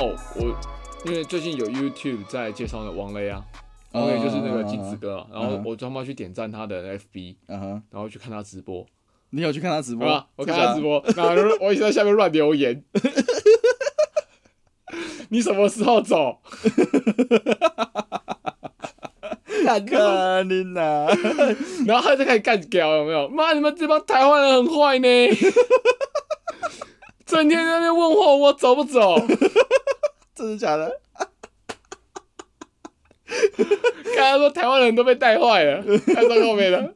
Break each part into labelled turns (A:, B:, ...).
A: 哦，我因为最近有 YouTube 在介绍那个王雷啊，王雷就是那个金子哥啊，然后我专门去点赞他的 FB，
B: 嗯哼，
A: 然后去看他直播，
B: 你有去看他直播
A: 好吧？我看他直，
B: 真假
A: 播，然后就我一直在下面乱留言。 你什么时候走？
B: 看看你呐，
A: 然后他就开始干屌，有没有？妈，你们这帮台湾人很坏呢，整天在那边问候我走不走，
B: 真的假的？
A: 看他说台湾人都被带坏了，看到后面了，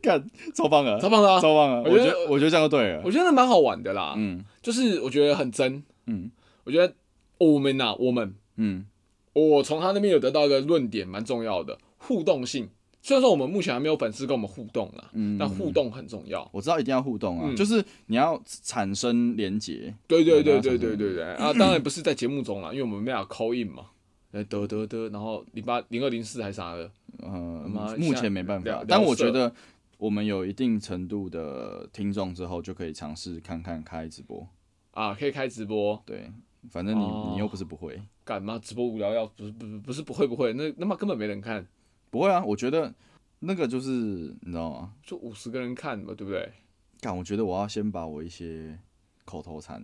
B: 看，超棒 啊，
A: 超棒的啊！
B: 超棒啊！
A: 我
B: 我
A: 觉
B: 觉
A: 得
B: 得我觉得这样就对了
A: 我。觉得蛮好玩的啦，
B: 嗯
A: 就是我觉得很真，
B: 嗯
A: 我觉得我们呐、我们
B: 嗯
A: 我从他那边有得到一个论点，蛮重要的互动性。虽然说我们目前还没有粉丝跟我们互动啦，
B: 嗯，
A: 但互动很重要。
B: 我知道一定要互动啊，
A: 嗯
B: 就是你要产生连结。
A: 对对对
B: 对
A: 对对
B: 对对
A: 对对啊！当然不是在节目中啦，因为我们没有 call in 嘛。哎，得得得，然后零八零二零四还啥的，
B: 呃
A: 妈，
B: 目
A: 现在
B: 前没办
A: 聊
B: 法，但
A: 聊
B: 我觉
A: 色
B: 得我们有一定程度的听众之后，就可以尝试看看开直播。
A: 啊，可以开直播。
B: 对，反正你、
A: 哦
B: 你又不是不会，
A: 干嘛直播无聊要不是不是不是不会不会，那那么根本没人看，
B: 不会啊。我觉得那个就是你知道吗？
A: 就五十个人看嘛，对不对？
B: 干，我觉得我要先把我一些口头禅，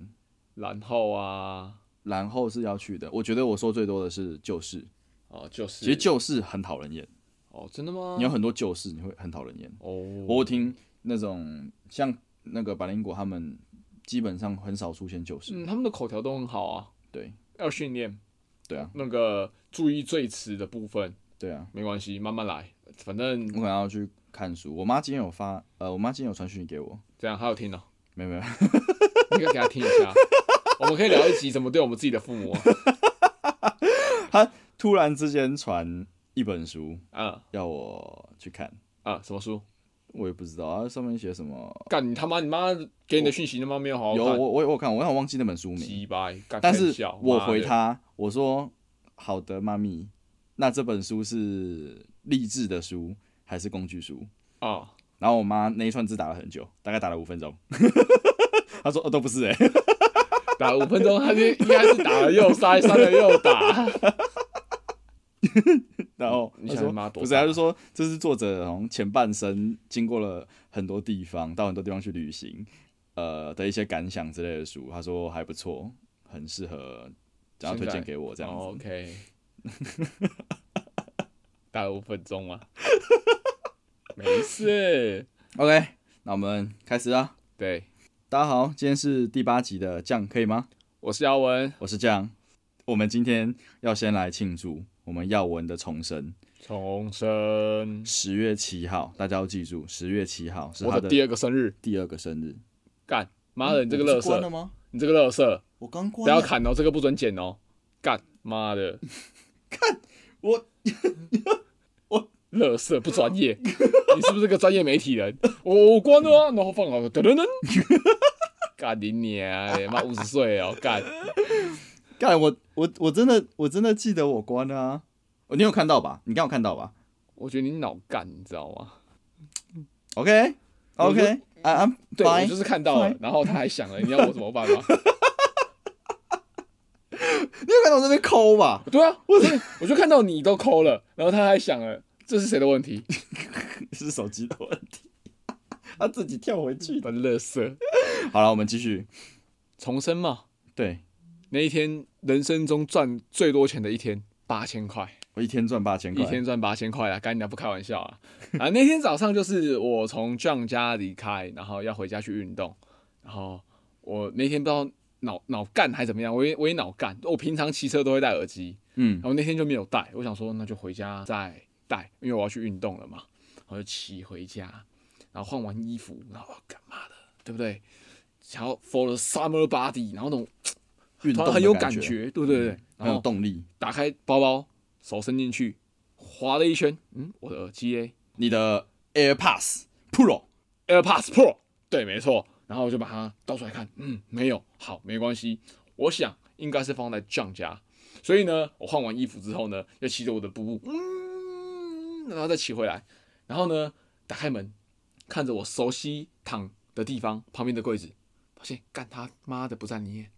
A: 然后啊，
B: 然后是要去的。我觉得我说最多的是就是，
A: 哦，就是
B: 其实就是很讨人厌。
A: 哦，真的吗？
B: 你有很多就是，你会很讨人厌。
A: 哦，
B: 我有听那种像那个百灵果他们，基本上很少出现就是。
A: 嗯，他们的口条都很好啊，
B: 对
A: 要训练
B: 对啊，
A: 那个注意最词的部分，
B: 对啊。
A: 没关系，慢慢来，反正
B: 我可能要去看书。我妈今天有发，呃，我妈今天有传讯息给我，
A: 这样还有听哦、
B: 没有没有，
A: 你可以给他听一下，我们可以聊一集怎么对我们自己的父母啊，
B: 突然之间传一本书
A: 啊
B: 要我去看，
A: 啊，什么书？
B: 我也不知道啊，上面写什么？
A: 干你他妈，你妈给你的讯息他妈没有好好
B: 有
A: 看，
B: 我我有看，我好像忘记那本书名，
A: 鸡掰，干
B: 但
A: 开玩
B: 是
A: 笑
B: 我
A: 啊妈
B: 回
A: 的
B: 她，我说好的，妈咪，那这本书是励志的书还是工具书？
A: 啊，
B: 然后我妈那一串字打了很久，大概打了五分钟。 她说：“哦，都不是哎、欸
A: 打五分钟，他就应该是打了又塞，塞了又打，
B: 然后
A: 嗯你
B: 他
A: 想
B: 说
A: 你妈多
B: 不是，
A: 大啊
B: 他就说这是作者好像前半生经过了很多地方，到很多地方去旅行，呃的一些感想之类的书，他说还不错，很适合，然后推
A: 现
B: 荐
A: 在
B: 给我这样子。
A: 哦 OK，打了五分钟啊， 没事，
B: OK，那我们开始啊，
A: 对，
B: 大家好，今天是第八集的酱，可以吗？
A: 我是姚文，
B: 我是酱，我们今天要先来庆祝我们耀文的重生，
A: 重生，
B: 十月七号，大家要记住，十月七号是
A: 我
B: 他
A: 的嗯
B: 的
A: 第二个生日，
B: 第二个生日。
A: 干，妈的，你这个乐
B: 我不是关了
A: 色，
B: 吗？
A: 你这个乐色，
B: 我刚
A: 不
B: 关
A: 要
B: 了。
A: 砍哦，这个不准剪哦，干，妈 的，
B: 我
A: 乐色不专业，你是不是个专业媒体人？ 我我关了啊，然后放好，噔噔 噔，干你娘的，妈五十岁哦，干，
B: 干我我我真的我真的记得我关了啊！哦你有看到吧？你刚有看到吧
A: 我觉得你脑干，你知道吗？
B: ？OK
A: 我就
B: OK，啊啊，
A: 对，我
B: fine
A: 就是看到了，然后他还想了，你要我怎么办 吗？
B: 你有看到我这边 抠吧？
A: 对啊，我我就看到你都抠了，然后他还想了，这是谁的问题？
B: 是手机的问题，他自己跳回去的。
A: 蛮乐色，
B: 好了，我们继续。
A: 重生嘛，
B: 对
A: 那一天人生中赚最多钱的一天，八千块，
B: 我一天赚八千块，
A: 一天赚八千块啊，干你娘不开玩笑啊！ 啊，那天早上就是我从 John 家离开，然后要回家去运动，然后我那天不知道脑脑干还怎么样，我也我也脑干，我平常骑车都会戴耳机，
B: 嗯
A: 然后那天就没有带，我想说那就回家再带，因为我要去运动了嘛，我就骑回家，然后换完衣服，然后干嘛的，对不对？想要 for the summer body，然后那种
B: 运动
A: 很有
B: 感嗯
A: 感，觉，对不对？对
B: 很
A: 然
B: 有
A: 后
B: 动力。
A: 打开包包，手伸进去，划了一圈，嗯，我的耳机诶
B: 你的 AirPods Pro，
A: AirPods Pro，对，没错。然后我就把它倒出来看，嗯，没有，好，没关系。我想应该是放在 John 家，所以呢，我换完衣服之后呢，又骑着我的布布，嗯，然后再骑回来，然后呢，打开门，看着我熟悉躺的地方旁边的柜子，发现干他妈的不在里面，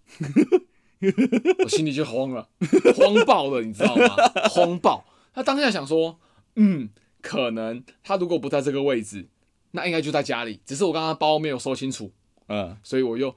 A: 我心里就慌了，慌爆了，你知道吗？慌爆！他当下想说，嗯，可能他如果不在这个位置，那应该就在家里，只是我刚刚包没有收清楚，
B: 嗯，
A: 所以我又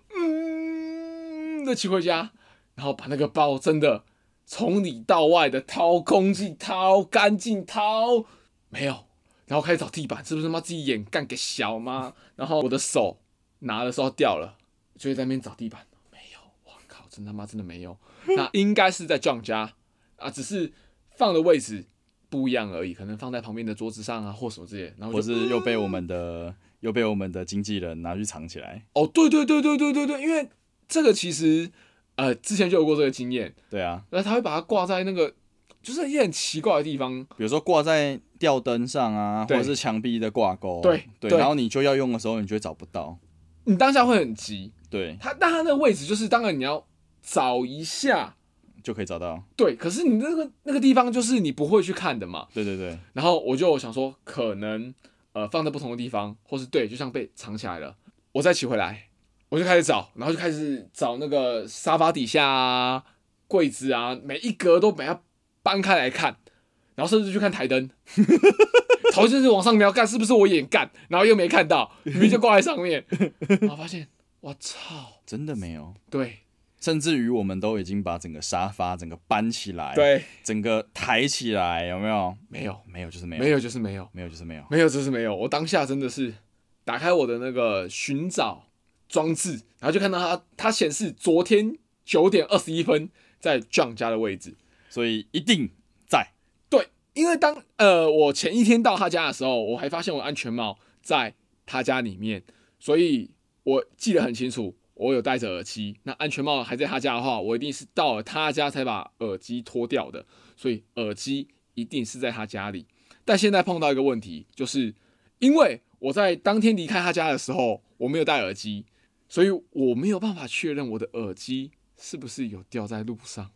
A: 嗯的骑回家，然后把那个包真的从里到外的掏空气、掏干净、掏没有，然后开始找地板，是不是他妈自己眼干给小吗？然后我的手拿的时候掉了，就在那边找地板，没有，我靠，真他妈真的没有，那应该是在 John 家啊，只是放的位置不一样而已，可能放在旁边的桌子上啊或什么之类的，然后
B: 或
A: 我就是嗯
B: 又被我们的又被我们的经纪人拿去藏起来。
A: 哦，对对对对对对对，因为这个其实呃之前就有过这个经验，
B: 对啊，
A: 那他会把它挂在那个就是一些很奇怪的地方，
B: 比如说挂在吊灯上啊，或
A: 对
B: 者是墙壁的挂钩，
A: 对
B: 对，
A: 对
B: 然后你就要用的时候，你就会找不到。
A: 你当下会很急。
B: 对，
A: 他但他那个位置就是，当然你要找一下，
B: 就可以找到。
A: 对，可是你那个那个地方就是你不会去看的嘛。
B: 对对对，
A: 然后我就想说，可能呃放在不同的地方，或是对，就像被藏起来了。我再骑回来，我就开始找，然后就开始找那个沙发底下啊、柜子啊，每一格都把它搬开来看，然后甚至去看台灯， 头甚至往上瞄，看是不是我眼干， 然后又没看到，明明就挂在上面，然后发现，我操，
B: 真的没有。
A: 对
B: 甚至于我们都已经把整个沙发整个搬起来，，
A: 对，
B: 整个抬起来，有没有？
A: 没有
B: 没有就是没有，
A: 没有就是没有。
B: 没有就是没有。
A: 没有，就是没有。我当下真的是打开我的那个寻找装置，然后就看到它，它显示昨天九点二十一分在 John 家的位置。
B: 所以一定在。
A: 对，因为当呃我前一天到他家的时候，我还发现我安全帽在他家里面，所以我记得很清楚，我有戴着耳机。那安全帽还在他家的话，我一定是到了他家才把耳机脱掉的，所以耳机一定是在他家里。但现在碰到一个问题，就是因为我在当天离开他家的时候，我没有戴耳机，所以我没有办法确认我的耳机是不是有掉在路上。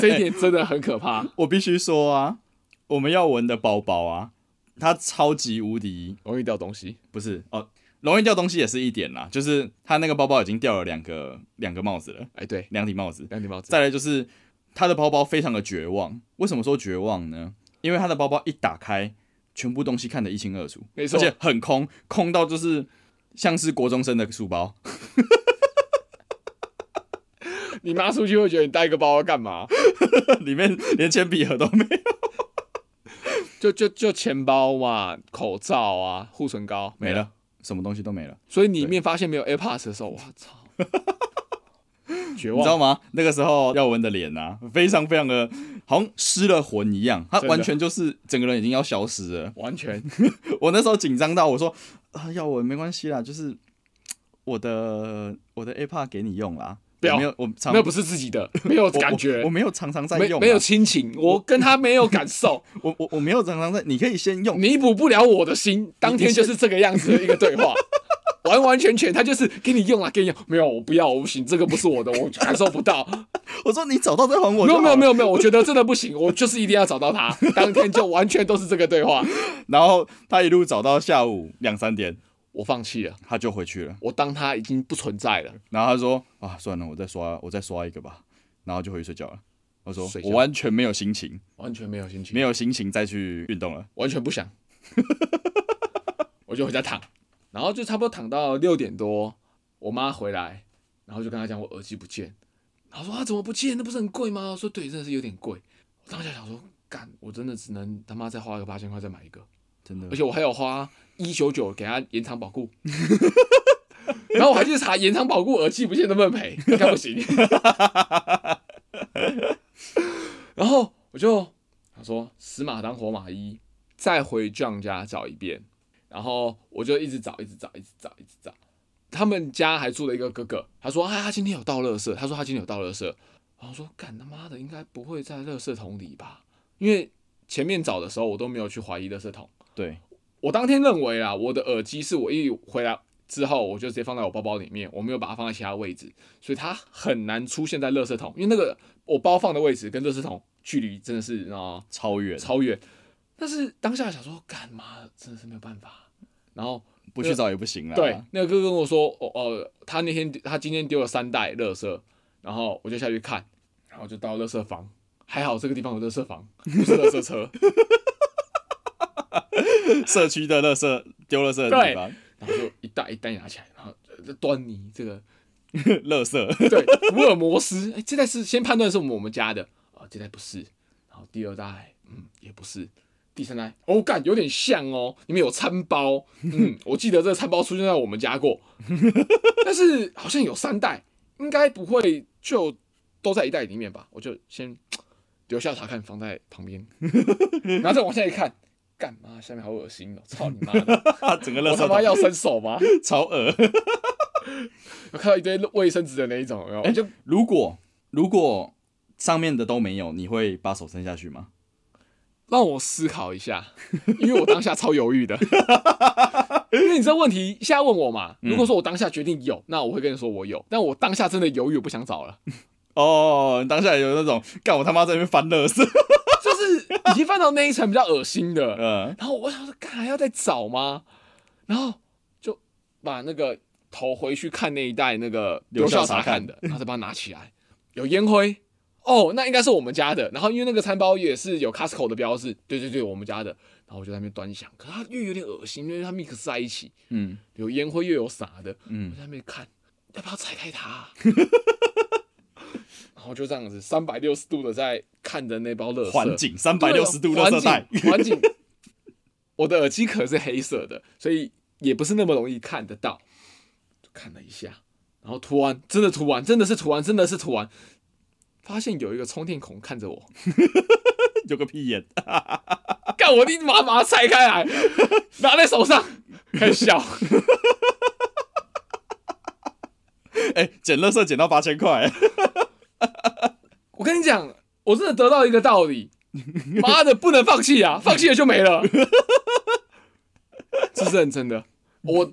A: 这一点真的很可怕。
B: 我必须说啊，我们耀文的宝宝啊，他超级无敌，
A: 容易掉东西。
B: 不是哦，容易掉东西也是一点啦，就是他那个包包已经掉了两个两个帽子了，
A: 哎，对，
B: 两顶帽子。
A: 两顶帽子。
B: 再来就是他的包包非常的绝望，为什么说绝望呢？因为他的包包一打开，全部东西看得一清二楚，
A: 没错
B: 而且很空，空到就是像是国中生的书包。
A: 你妈出去会觉得你带一个包包干嘛？
B: 里面连铅笔盒都没有，
A: 就就就钱包嘛，口罩啊，护唇膏
B: 没。了，什么东西都没了，
A: 所以你里面发现没有 AirPods 的时候，我 操，绝
B: 你知道
A: 望。
B: 吗？那个时候耀文的脸呐、啊，非常非常的，好像失了魂一样，他
A: 真的
B: 完全就是整个人已经要消失了。
A: 完全，
B: 我那时候紧张到我说啊，耀文没关系啦，就是我的我的 iPad 给你用啦，
A: 不要
B: 我没有我常
A: 那不是自己 的，没有
B: 我
A: 感
B: 我
A: 觉
B: 我，没有常常在
A: 没
B: 用啊，
A: 没有亲情，我跟他没有感 受，
B: 我我我没有常常在，你可以先用，
A: 弥补不了我的心。当天就是这个样子的一个对 话，完完全全，他就是给你用啊，给你用，没有，我不要，我不行，这个不是我的，我感受不到。
B: 我说你找到再还我
A: 没有
B: 就好
A: 没有没
B: 了
A: 有没有，我觉得真的不行，我就是一定要找到他。 当天就完全都是这个对话，
B: 然后他一路找到下午两三点，
A: 我放弃了，
B: 他就回去了。
A: 我当他已经不存在了。
B: 然后他说啊，算了，我再刷，我再刷一个吧，然后就回去睡觉了。我说
A: 睡觉
B: 我完全没有心情，
A: 完全没有心情，
B: 没有心情再去运动了。
A: 完全不想， 我就回家躺，然后就差不多躺到六点多，我妈回来，然后就跟她讲我耳机不见，然后说啊怎么不见？那不是很贵吗？我说对，真的是有点贵。我当下想说，干，我真的只能他妈再花个八千块再买一个，
B: 真的
A: 而且我还有花一九九给他延长保固， 然后我还去查延长保固耳机不见能不能 赔，应该不行。然后我就他说死马当活马医，再回 John 家找一遍，然后我就一直找，一直找，一直找，一直找。他们家还住了一个哥哥，他说：“哎，他今天有倒垃圾。”他说：“他今天有倒垃圾。”然后我说：“干他妈的，应该不会在垃圾桶里吧？因为前面找的时候我都没有去怀疑垃圾桶。”
B: 对，
A: 我当天认为啦，啊我的耳机是我一回来之后，我就直接放在我包包里面，我没有把它放在其他位置，所以它很难出现在垃圾桶，因为那个我包放的位置跟垃圾桶距离真的是啊
B: 超远，
A: 超远。但是当下想说，干嘛真的是没有办法。然后
B: 不去找也不行啦。
A: 呃对，那个哥跟我说，哦哦，他那天他今天丢了三袋垃圾，然后我就下去看，然后就到垃圾房，还好这个地方有垃圾房，不是垃圾车，
B: 社区的垃圾丢垃圾的
A: 对
B: 地方，
A: 然后就一袋一袋拿起来，然后呃端倪这个
B: 垃圾
A: 对福尔摩斯，哎，这袋是先判断是我们我们家的啊、这袋不是，然后第二袋嗯也不是。第三袋哦，干有点像哦，里面有餐包，嗯，我记得这个餐包出现在我们家过， 但是好像有三袋，应该不会就都在一袋里面吧？我就先留下查看，放在旁边，然后再往下一看，干妈下面好恶心哦，操你妈的，
B: 整个垃
A: 我他
B: 圾
A: 妈
B: 桶
A: 要伸手吗？
B: 超恶。
A: 我看到一堆卫生纸的那一种，有没有？我就
B: 如果如果上面的都没有，你会把手伸下去吗？
A: 让我思考一下，因为我当下超犹豫的。因为你这问题现在问我嘛，如果说我当下决定有，那我会跟你说我有，但我当下真的犹豫，我不想找了，
B: 哦，当下有那种干我他妈在那边翻垃圾，
A: 就是已经翻到那一层比较恶心的。
B: 嗯，
A: 然后我想说，干还要再找吗？然后就把那个头回去看那一袋那个
B: 留校
A: 校
B: 察
A: 察
B: 看
A: 看的，然后再把它拿起来，有烟灰。哦，那应该是我们家的。然后因为那个餐包也是有 Costco 的标志，对对对，我们家的。然后我就在那边端详，可它又有点恶心，因为它 mix 在一起，
B: 嗯
A: 有烟灰又有啥的，
B: 嗯
A: 我在那边看，要不要拆开它 啊、然后就这样子三百六十度的在看着那包垃圾，
B: 环境三百六十度
A: 对啊哦
B: 垃圾 袋，
A: 环境。环境我的耳机壳是黑色的，所以也不是那么容易看得到。就看了一下，然后涂完，真的涂完，真的是涂完，真的是涂完，发现有一个充电孔看着我，
B: 有个屁眼，
A: 干我立马把它拆开来，拿在手上，开始笑。
B: 哎、捡垃圾捡到八千块，
A: 我跟你讲，我真的得到一个道 理，妈的，不能放弃啊！放弃了就没了， 这是认真的。我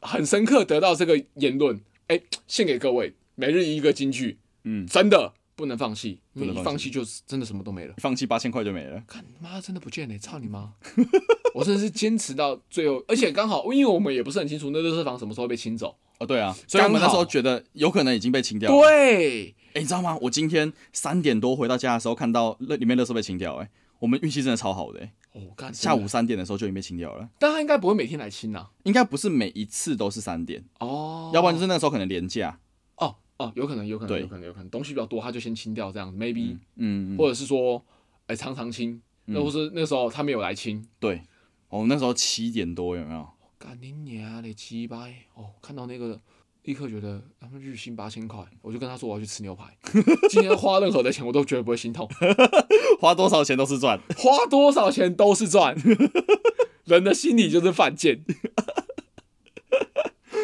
A: 很深刻得到这个言论，哎、献给各位，每日一个金句，
B: 嗯，
A: 真的不能放弃，因为
B: 不能
A: 一
B: 放
A: 放
B: 弃
A: 弃就是真的什么都没了。
B: 放弃八千块就没了，
A: 看妈真的不见了、操你妈！ 我真的是坚持到最后，而且刚好，因为我们也不是很清楚那垃圾房什么时候被清走。
B: 哦对啊，所以我们那
A: 刚好
B: 时候觉得有可能已经被清掉了，
A: 对，
B: 哎、你知道吗？我今天三点多回到家的时候，看到那里面垃圾被清掉、哎，我们运气真的超好的、哎
A: 哦，干
B: 下午，三点的时候就已经被清掉了。
A: 但他应该不会每天来清啊呐、
B: 应该不是每一次都是三点，
A: 哦，
B: 要不然就是那个时候可能廉价，
A: 哦哦，有可能，有可能，
B: 对
A: 有可能，有可能，东西比较多，他就先清掉这样子，maybe，、
B: 嗯，
A: 或者是说，哎、常常清，那、或是那时候他没有来清，
B: 对，我们那时候七点多有没有？
A: 干你娘嘞，鸡巴！哦，看到那个，立刻觉得他们日薪八千块，我就跟他说我要去吃牛排，今天花任何的钱我都觉得不会心痛，
B: 花多少钱都是赚，
A: 花多少钱都是赚，人的心理就是犯贱。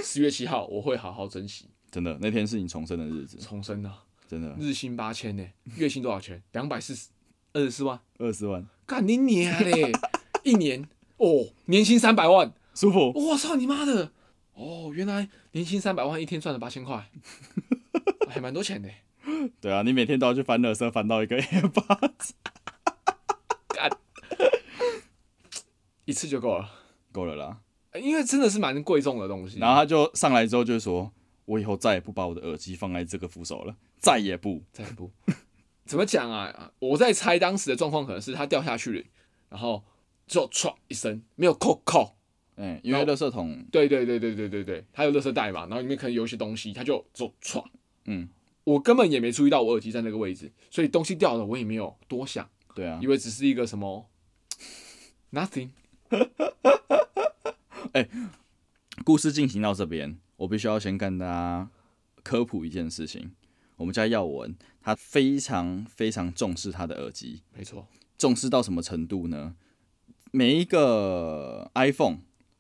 A: 十月七号我会好好珍惜，
B: 真的，那天是你重生的日子，
A: 重生啊，
B: 真的，
A: 日薪八千呢，月薪多少钱？两百四十，二十四万。
B: 二十万，
A: 干你娘嘞！ 一年哦，年薪三百万，
B: 舒服，
A: 我操你妈的！哦，原来年薪三百万，一天赚了八千块， 还蛮多钱的。
B: 对啊，你每天都要去翻垃圾，翻到一个 八，
A: 一次就够了，
B: 够了啦。
A: 因为真的是蛮贵重的东西。
B: 然后他就上来之后就说，我以后再也不把我的耳机放在这个扶手了，再也不，
A: 再不怎么讲啊？我在猜当时的状况可能是他掉下去了，然后就唰一声，没有扣扣。
B: 嗯，因为垃圾桶，
A: 对对对对对对对，他有垃圾袋嘛，然后里面可能有一些东西，他就就唰，
B: 嗯，
A: 我根本也没注意到我耳机在那个位置，所以东西掉了我也没有多想。
B: 对啊
A: 以，为只是一个什么 nothing。
B: 故事进行到这边，我必须要先跟大家科普一件事情。我们家耀文，他非常非常重视他的耳机，
A: 没错，
B: 重视到什么程度呢？每一个 iPhone，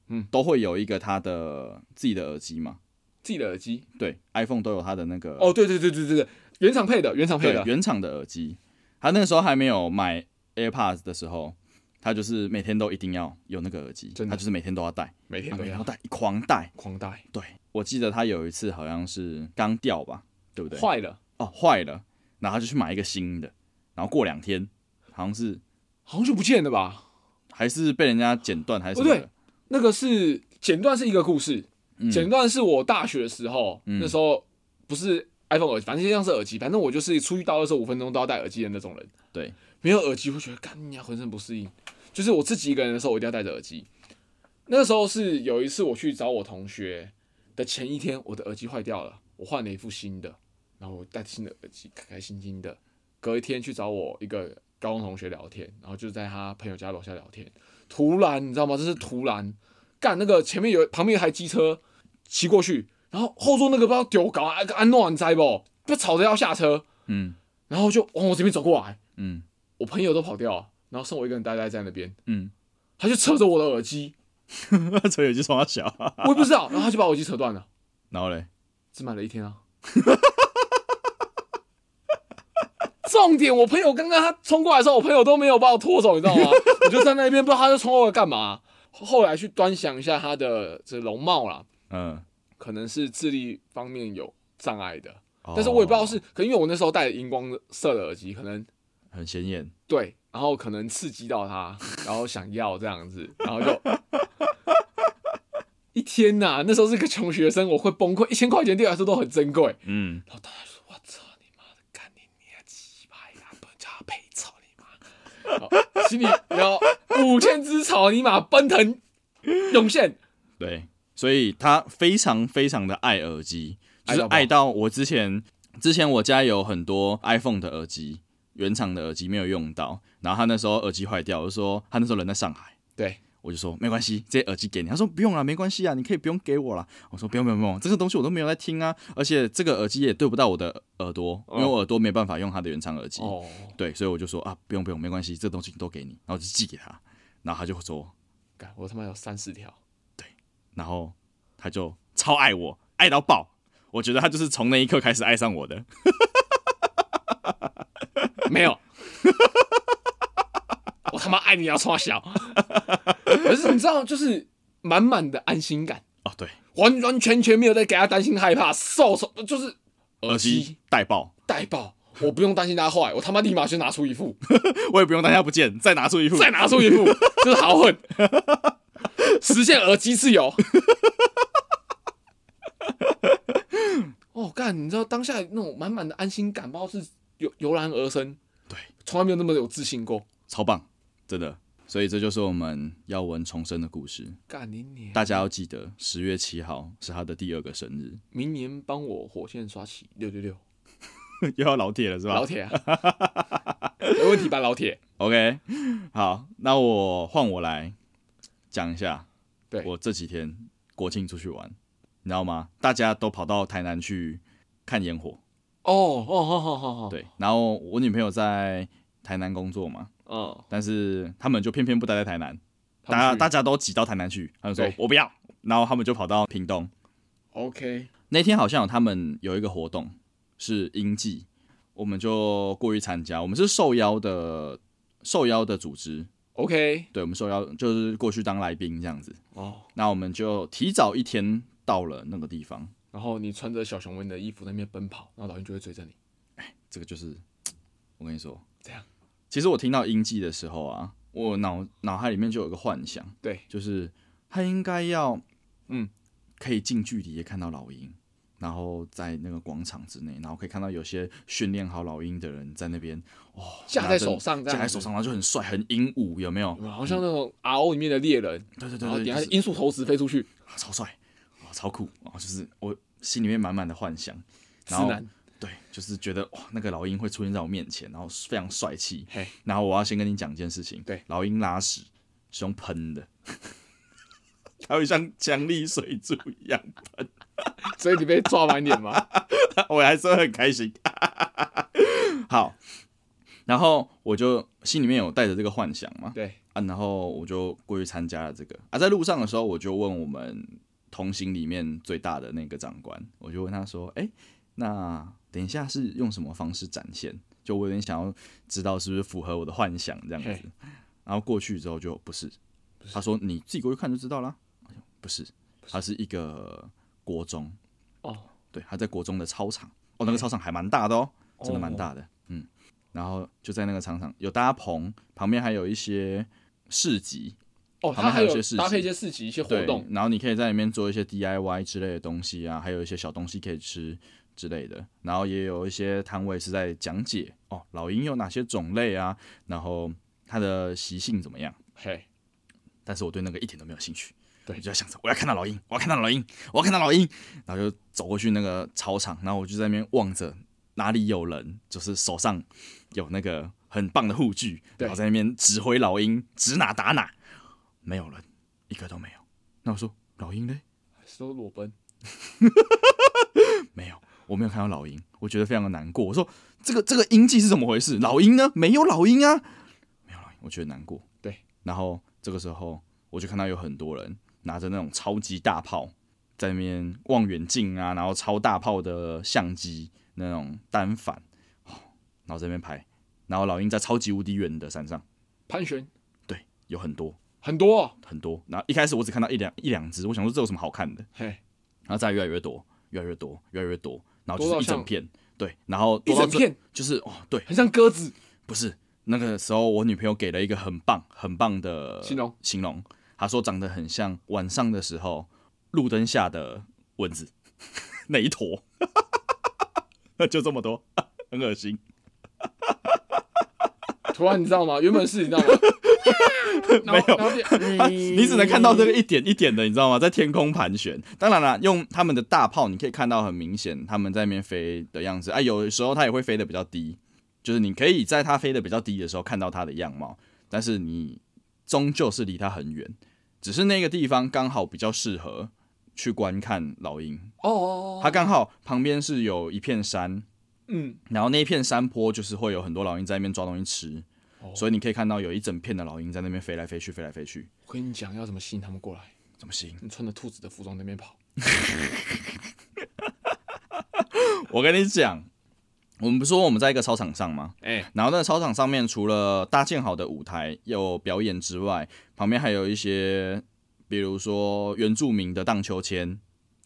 A: 嗯，
B: 都会有一个他的自己的耳机嘛。
A: 自己的耳机。
B: 对，iPhone 都有它的那个
A: 哦，对对对对对对，原厂配的，原厂配
B: 对
A: 的。
B: 原厂的耳机。他那个时候还没有买 AirPods 的时候，他就是每天都一定要有那个耳机，
A: 真的啊
B: 他就是每天都要戴，
A: 每天
B: 他
A: 都
B: 每天
A: 要
B: 都戴，狂戴。
A: 狂戴，
B: 对，我记得他有一次好像是刚掉吧，对不对？
A: 坏了，
B: 哦，坏了，然后他就去买一个新的，然后过两天好像是
A: 好像就不见了吧？
B: 还是被人家剪断还是什
A: 哦
B: 么
A: 对
B: 的，
A: 那个是剪断是一个故事，剪断是我大学的时候，那时候不是 iPhone 耳机，反正像是耳机，反正我就是出去到的时候五分钟都要戴耳机的那种人。
B: 对，
A: 没有耳机会觉得干你娘啊浑身不适应。就是我自己一个人的时候，我一定要戴着耳机。那个时候是有一次我去找我同学的前一天，我的耳机坏掉了，我换了一副新的，然后我戴新的耳机，开开心心的。隔一天去找我一个高中同学聊天，然后就在他朋友家楼下聊天。突然，你知道吗？这是突然，干那个前面有旁边有一台机车骑过去，然后后座那个不知道丢搞啊安诺安灾不，被吵着要下车，
B: 嗯
A: 然后就往我这边走过来，
B: 嗯
A: 我朋友都跑掉了，啊然后剩我一个人呆呆在那边，
B: 嗯，
A: 他就扯着我的耳机，
B: 所以我就冲他小，啊
A: 我也不知道，然后他就把我耳机扯断了，
B: 然后嘞，
A: 只买了一天啊。 重点，我朋友刚刚他冲过来的时候，我朋友都没有把我拖走，你知道吗？我就在那边不知道他就冲过来干嘛。后来去端详一下他的这容貌啦，
B: 嗯，
A: 可能是智力方面有障碍的，
B: 但
A: 但是我也不知道是，可能因为我那时候戴荧光色的耳机，可能
B: 很显眼，
A: 对，然后可能刺激到他，然后想要这样子，然后就一天呐、那时候是个穷学生，我会崩溃，一千块钱对我来说都很珍贵。
B: 嗯，
A: 然后大家说：“我操你妈的，干你你啊鸡巴呀，不叫他赔，操你妈！”好心里然后五千只草泥马奔腾涌现，
B: 对，所以他非常非常的爱耳机，就是
A: 爱到爆
B: 爱到我之前之前我家有很多 iPhone 的耳机，原厂的耳机没有用到，然后他那时候耳机坏掉，我就说他那时候人在上海。
A: 对，
B: 我就说没关系，这些耳机给你。他说不用了，没关系啊，你可以不用给我了。我说不用不用不用，这个东西我都没有在听啊，而且这个耳机也对不到我的耳朵，因为我耳朵没办法用它的原厂耳机。
A: 哦，
B: 对，所以我就说啊，不用不用，没关系，这东西都给你，然后我就寄给他，然后他就说，
A: 干我他妈有三四条，
B: 然后他就超爱我，爱到爆。我觉得他就是从那一刻开始爱上我的。
A: 没有。我他妈爱你要冲小，可是你知道，就是满满的安心感，
B: 哦，对，
A: 完完全全没有在给他担心害怕受宠，就是
B: 耳
A: 耳
B: 机
A: 机
B: 带爆，
A: 带爆，我不用担心他坏，我他妈立马就拿出一 副，
B: 我也不用当下不见，再拿出一副。
A: 再拿出一副，就是好 混，实现耳机自由。哦，干，你知道当下那种满满的安心感，不知道是油油然而生，
B: 对，
A: 从来没有那么有自信过。
B: 超棒，真的。所以这就是我们耀文重生的故事。
A: 干你你，
B: 大家要记得，十月七号是他的第二个生日，
A: 明年帮我火线刷起六六六，
B: 又要老铁了是吧
A: 老铁啊， 没问题吧，老铁？
B: ？OK，好，那我换我来讲一下，
A: 对
B: 我这几天国庆出去玩，你知道吗？大家都跑到台南去看烟火，
A: 哦哦，好好好好，，
B: 对。然后我女朋友在台南工作嘛，
A: 嗯，
B: 但是他们就偏偏不待在台南，
A: 他
B: 大
A: 们
B: 家
A: 去
B: 大家都挤到台南去，他们说
A: 对
B: 我不要，然后他们就跑到屏东，
A: OK，
B: 那天好像有他们有一个活动是英记，我们就过去参加。我们是受邀的受邀的组织，
A: OK，
B: 对我们受邀就是过去当来宾这样子。
A: 哦，
B: 那我们就提早一天到了那个地方，
A: 然后你穿着小熊维尼的衣服在那边奔跑，然后导演就会追着你。
B: 这个就是我跟你说
A: 怎样。
B: 其实我听到英记的时候啊，我脑脑海里面就有一个幻想，
A: 对，
B: 就是他应该要
A: 嗯，
B: 可以近距离也看到老鹰。然后在那个广场之内，然后可以看到有些训练好老鹰的人在那边哦
A: 架在手上，
B: 架在手，上，然后就很帅，很英武，有没有？
A: 好像那种 RO 里面的猎人，
B: 对对
A: 然后
B: 对
A: 底
B: 对，
A: 下
B: 就是
A: 音速投掷飞出去，
B: 啊超帅，哇，超酷，然后就是我心里面满满的幻想，
A: 直
B: 然后
A: 男，
B: 对，就是觉得哇，那个老鹰会出现在我面前，然后非常帅气
A: 嘿。
B: 然后我要先跟你讲一件事情，
A: 对，
B: 老鹰拉屎是用喷的，它会像强力水柱一样，
A: 所以你被抓满脸 嘛？
B: 我还是会很开心。好，然后我就心里面有带着这个幻想嘛，
A: 对，
B: 啊，然后我就过去参加了这个啊，在路上的时候，我就问我们同行里面最大的那个长官，我就问他说：“哎、那等一下是用什么方式展现？”就我有点想要知道是不是符合我的幻想这样子
A: 嘿。
B: 然后过去之后就不是，他说：“你自己过去看就知道啦。”我就不是，他是一个国中，
A: 哦，
B: 对，他在国中的操场，哦，那个操场还蛮大的哦，真的蛮
A: 哦
B: 大的，嗯。然后就在那个操场有搭棚，旁边还有一些市集，
A: 哦，
B: 旁
A: 它
B: 边
A: 还
B: 有一些事
A: 搭配一
B: 情
A: 些市集、一些活
B: 对
A: 动，，
B: 然后你可以在里面做一些 DIY 之类的东西啊，还有一些小东西可以吃之类的。然后也有一些摊位是在讲解哦，老鹰有哪些种类啊，然后它的习性怎么样。
A: 嘿，
B: 但是我对那个一点都没有兴趣。
A: 对
B: 我就在想着我要看到老鹰，我要看到老鹰，我要看到老鹰，然后就走过去那个操场，然后我就在那边望着哪里有人，就是手上有那个很棒的护具，
A: 对
B: 然后在那边指挥老鹰指哪打哪，没有人，一个都没有。那我说老鹰嘞？
A: 说裸奔，
B: 没有，我没有看到老鹰，我觉得非常的难过。我说这个这个鹰记是怎么回事？老鹰呢？没有老鹰啊，没有老鹰，我觉得难过。
A: 对，
B: 然后这个时候我就看到有很多人拿着那种超级大炮，在那边望远镜啊，然后超大炮的相机那种单反，哦然后在那边拍，然后老鹰在超级无敌远的山上，
A: 盘旋
B: 对，有很多
A: 很多哦、
B: 很多。然后一开始我只看到一两一两只，我想说这有什么好看的？
A: 嘿，
B: 然后再越来越多，越来越多，越来越多，然后
A: 多
B: 就
A: 到
B: 是一整
A: 像
B: 片，对，然后
A: 一
B: 多到
A: 整
B: 这
A: 片
B: 就是哦，对，
A: 很像鸽子，
B: 不是那个时候我女朋友给了一个很棒很棒的
A: 形容
B: 形容，她说长得很像晚上的时候路灯下的蚊子 那一坨， 就这么多， 很恶心，
A: 突然你知道吗？原本是你知道吗？没
B: 没有啊，
A: 你
B: 你只能看
A: 嗯
B: 到这个一点一点的，你知道吗？在天空盘旋。当然啦，用他们的大炮，你可以看到很明显他们在那边飞的样子。哎、有时候它也会飞得比较低，就是你可以在它飞得比较低的时候看到它的样貌，但是你终究是离它很远。只是那个地方刚好比较适合去观看老鹰，
A: 哦哦，哦
B: 它刚好旁边是有一片山，
A: 嗯，
B: 然后那一片山坡就是会有很多老鹰在那边抓东西吃，
A: 哦
B: 所以你可以看到有一整片的老鹰在那边飞来飞去，飞来飞去，
A: 我跟你讲要怎么吸引他们过来，
B: 怎么行？
A: 你穿着兔子的服装在那边跑，
B: 我跟你讲，我们不是说我们在一个操场上吗？
A: 哎、
B: 然后那个操场上面除了搭建好的舞台有表演之外，旁边还有一些，比如说原住民的荡秋千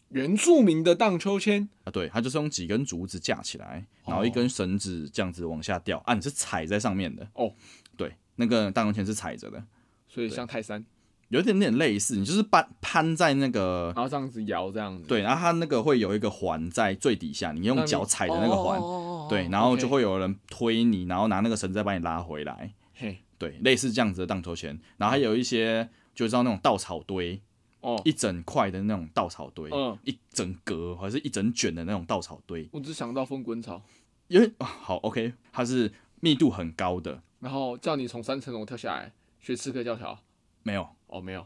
A: 原住民的荡秋千，
B: 啊，对，它就是用几根竹子架起来，然后一根绳子这样子往下掉、啊，你是踩在上面的
A: 哦，
B: 对，那个荡秋千是踩着的，
A: 所以像泰山，
B: 有一点点类似，你就是攀攀在那个。
A: 然后这样子摇这样子，
B: 对，然后它那个会有一个环在最底下，你
A: 那
B: 用
A: 你，
B: 脚踩的那个环
A: 哦，哦哦哦
B: 对，然后
A: OK
B: 就会有人推你，然后拿那个绳子再把你拉回来，
A: 嘿
B: 对，类似这样子的荡秋千，然后还有一些就是那种稻草堆，
A: 哦，
B: 一整块的那种稻草堆，
A: 嗯
B: 一整格或者是一整卷的那种稻草堆，
A: 我只想到风滚草，
B: 因为、啊好 OK，它是密度很高的，
A: 然后叫你从三层楼跳下来学刺客教条，
B: 没有，
A: 哦没有，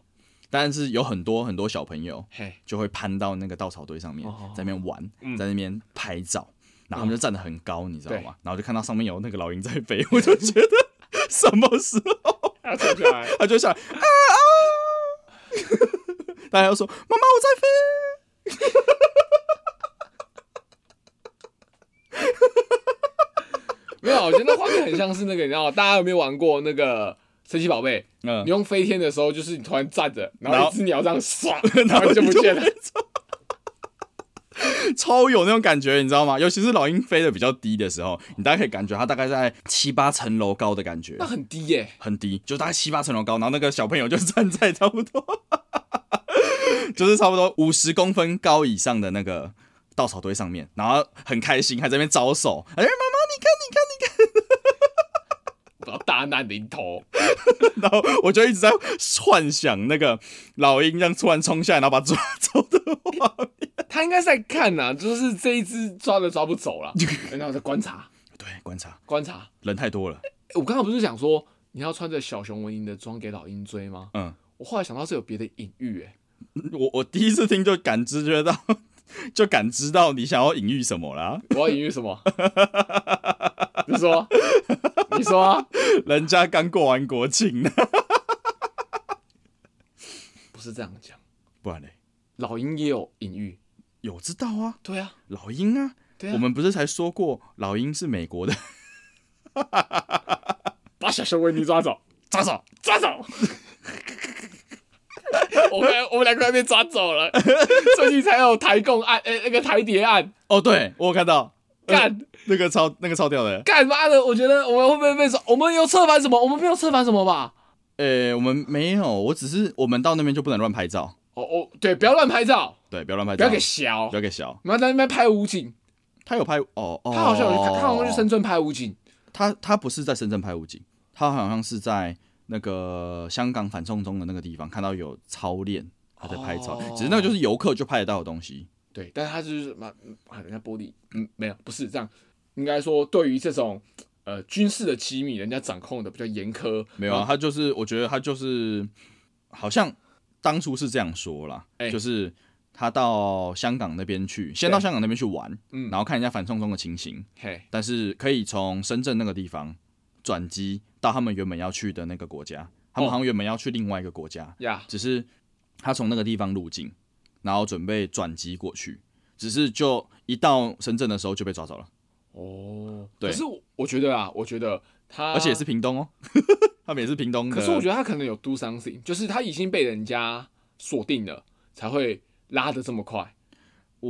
B: 但是有很多很多小朋友
A: 嘿，
B: 就会攀到那个稻草堆上面
A: 哦，
B: 在那边玩，
A: 嗯
B: 在那边拍照，然后他们就站得很高，你知道
A: 对
B: 吗？然后就看到上面有那个老鹰在飞，我就觉得 什么时候？
A: 要跳下来，
B: 他就想啊啊， 大家就说妈妈我在飞。
A: 没有，我觉得那画面很像是那个，你知道吗，大家有没有玩过那个神奇宝贝？
B: 嗯
A: 你，用飞天的时候，就是你突然站着，然
B: 然
A: 后
B: 后，
A: 一只鸟这样唰 然后就不见了。
B: 超有那种感觉，你知道吗？尤其是老鹰飞得比较低的时候，你大家可以感觉它大概在七八层楼高的感觉
A: 那，很低耶、
B: 很低，就大概七八层楼高。然后那个小朋友就站在差不多， 就是差不多五十公分高以上的那个稻草堆上面，然后很开心，还在那边招手，哎、
A: 然后大难临头，
B: 然后我就一直在幻想那个老鹰这样突然冲下来，然后把它抓 走的画面。
A: 他应该是在看呐、就是这一只抓都抓不走 了，然后在观察
B: 对，观察
A: 观察。
B: 人太多了，
A: 诶我刚刚不是想说你要穿着小熊维尼的装给老鹰追吗？
B: 嗯，
A: 我后来想到是有别的隐喻、诶，
B: 我我第一次听就感知觉到，就感知到你想要隐喻什么啦。
A: 我要隐喻什 么？你说，啊你说啊、
B: 人家刚过完国庆呢，
A: 不是这样讲，
B: 不然嘞，
A: 老鹰也有隐喻。
B: 有知道啊，
A: 对啊，
B: 老鹰啊，
A: 对啊，
B: 我们不是才说过老鹰是美国的
A: 把小熊维尼 抓走。
B: 抓手，
A: 抓走！我们我们两个快被抓走了，最近才有台共案，哎、那个台谍案，
B: 哦，对我有看到，
A: 干
B: 呃那个超那个超屌的，
A: 干妈的！我觉得我们会不会被抓？我们有策反什么？我们没有策反什么吧？
B: 哎、诶、我们没有，我只是我们到那边就不能乱拍照，
A: 哦哦，对，不要乱拍照，
B: 对，不要乱拍
A: 不
B: 照，
A: 要给小
B: 不，要给小。
A: 不要在那边拍武警。
B: 他有拍哦哦，
A: 他好像有去，他好像去深圳拍武警。
B: 他他不是在深圳拍武警，他好像是在那个香港反送中的那个地方看到有操练，他在拍操，
A: 哦
B: 只是那个就是游客就拍得到的东西。
A: 对，但是他就是嘛，啊，人家玻璃，嗯，没有，不是这样，应该说对于这种呃军事的机密，人家掌控的比较严苛。
B: 没有啊，他就是我觉得他就是好像当初是这样说啦，
A: 哎
B: 就是他到香港那边去，先
A: 对
B: 到香港那边去玩，
A: 嗯
B: 然后看人家反送中的情形，
A: 嘿，
B: 但是可以从深圳那个地方转机到他们原本要去的那个国家，他们
A: 哦
B: 好像原本要去另外一个国家，
A: 呀，
B: 只是他从那个地方入境，然后准备转机过去，只是就一到深圳的时候就被抓走了，
A: 哦，
B: 对
A: 可是我我觉得啊，我觉得他，
B: 而且也是，屏东哦， 他们也是屏东的。
A: 可是我觉得
B: 得
A: 他可能有 do something，就是他已经被人家锁定了，才会拉的这么快。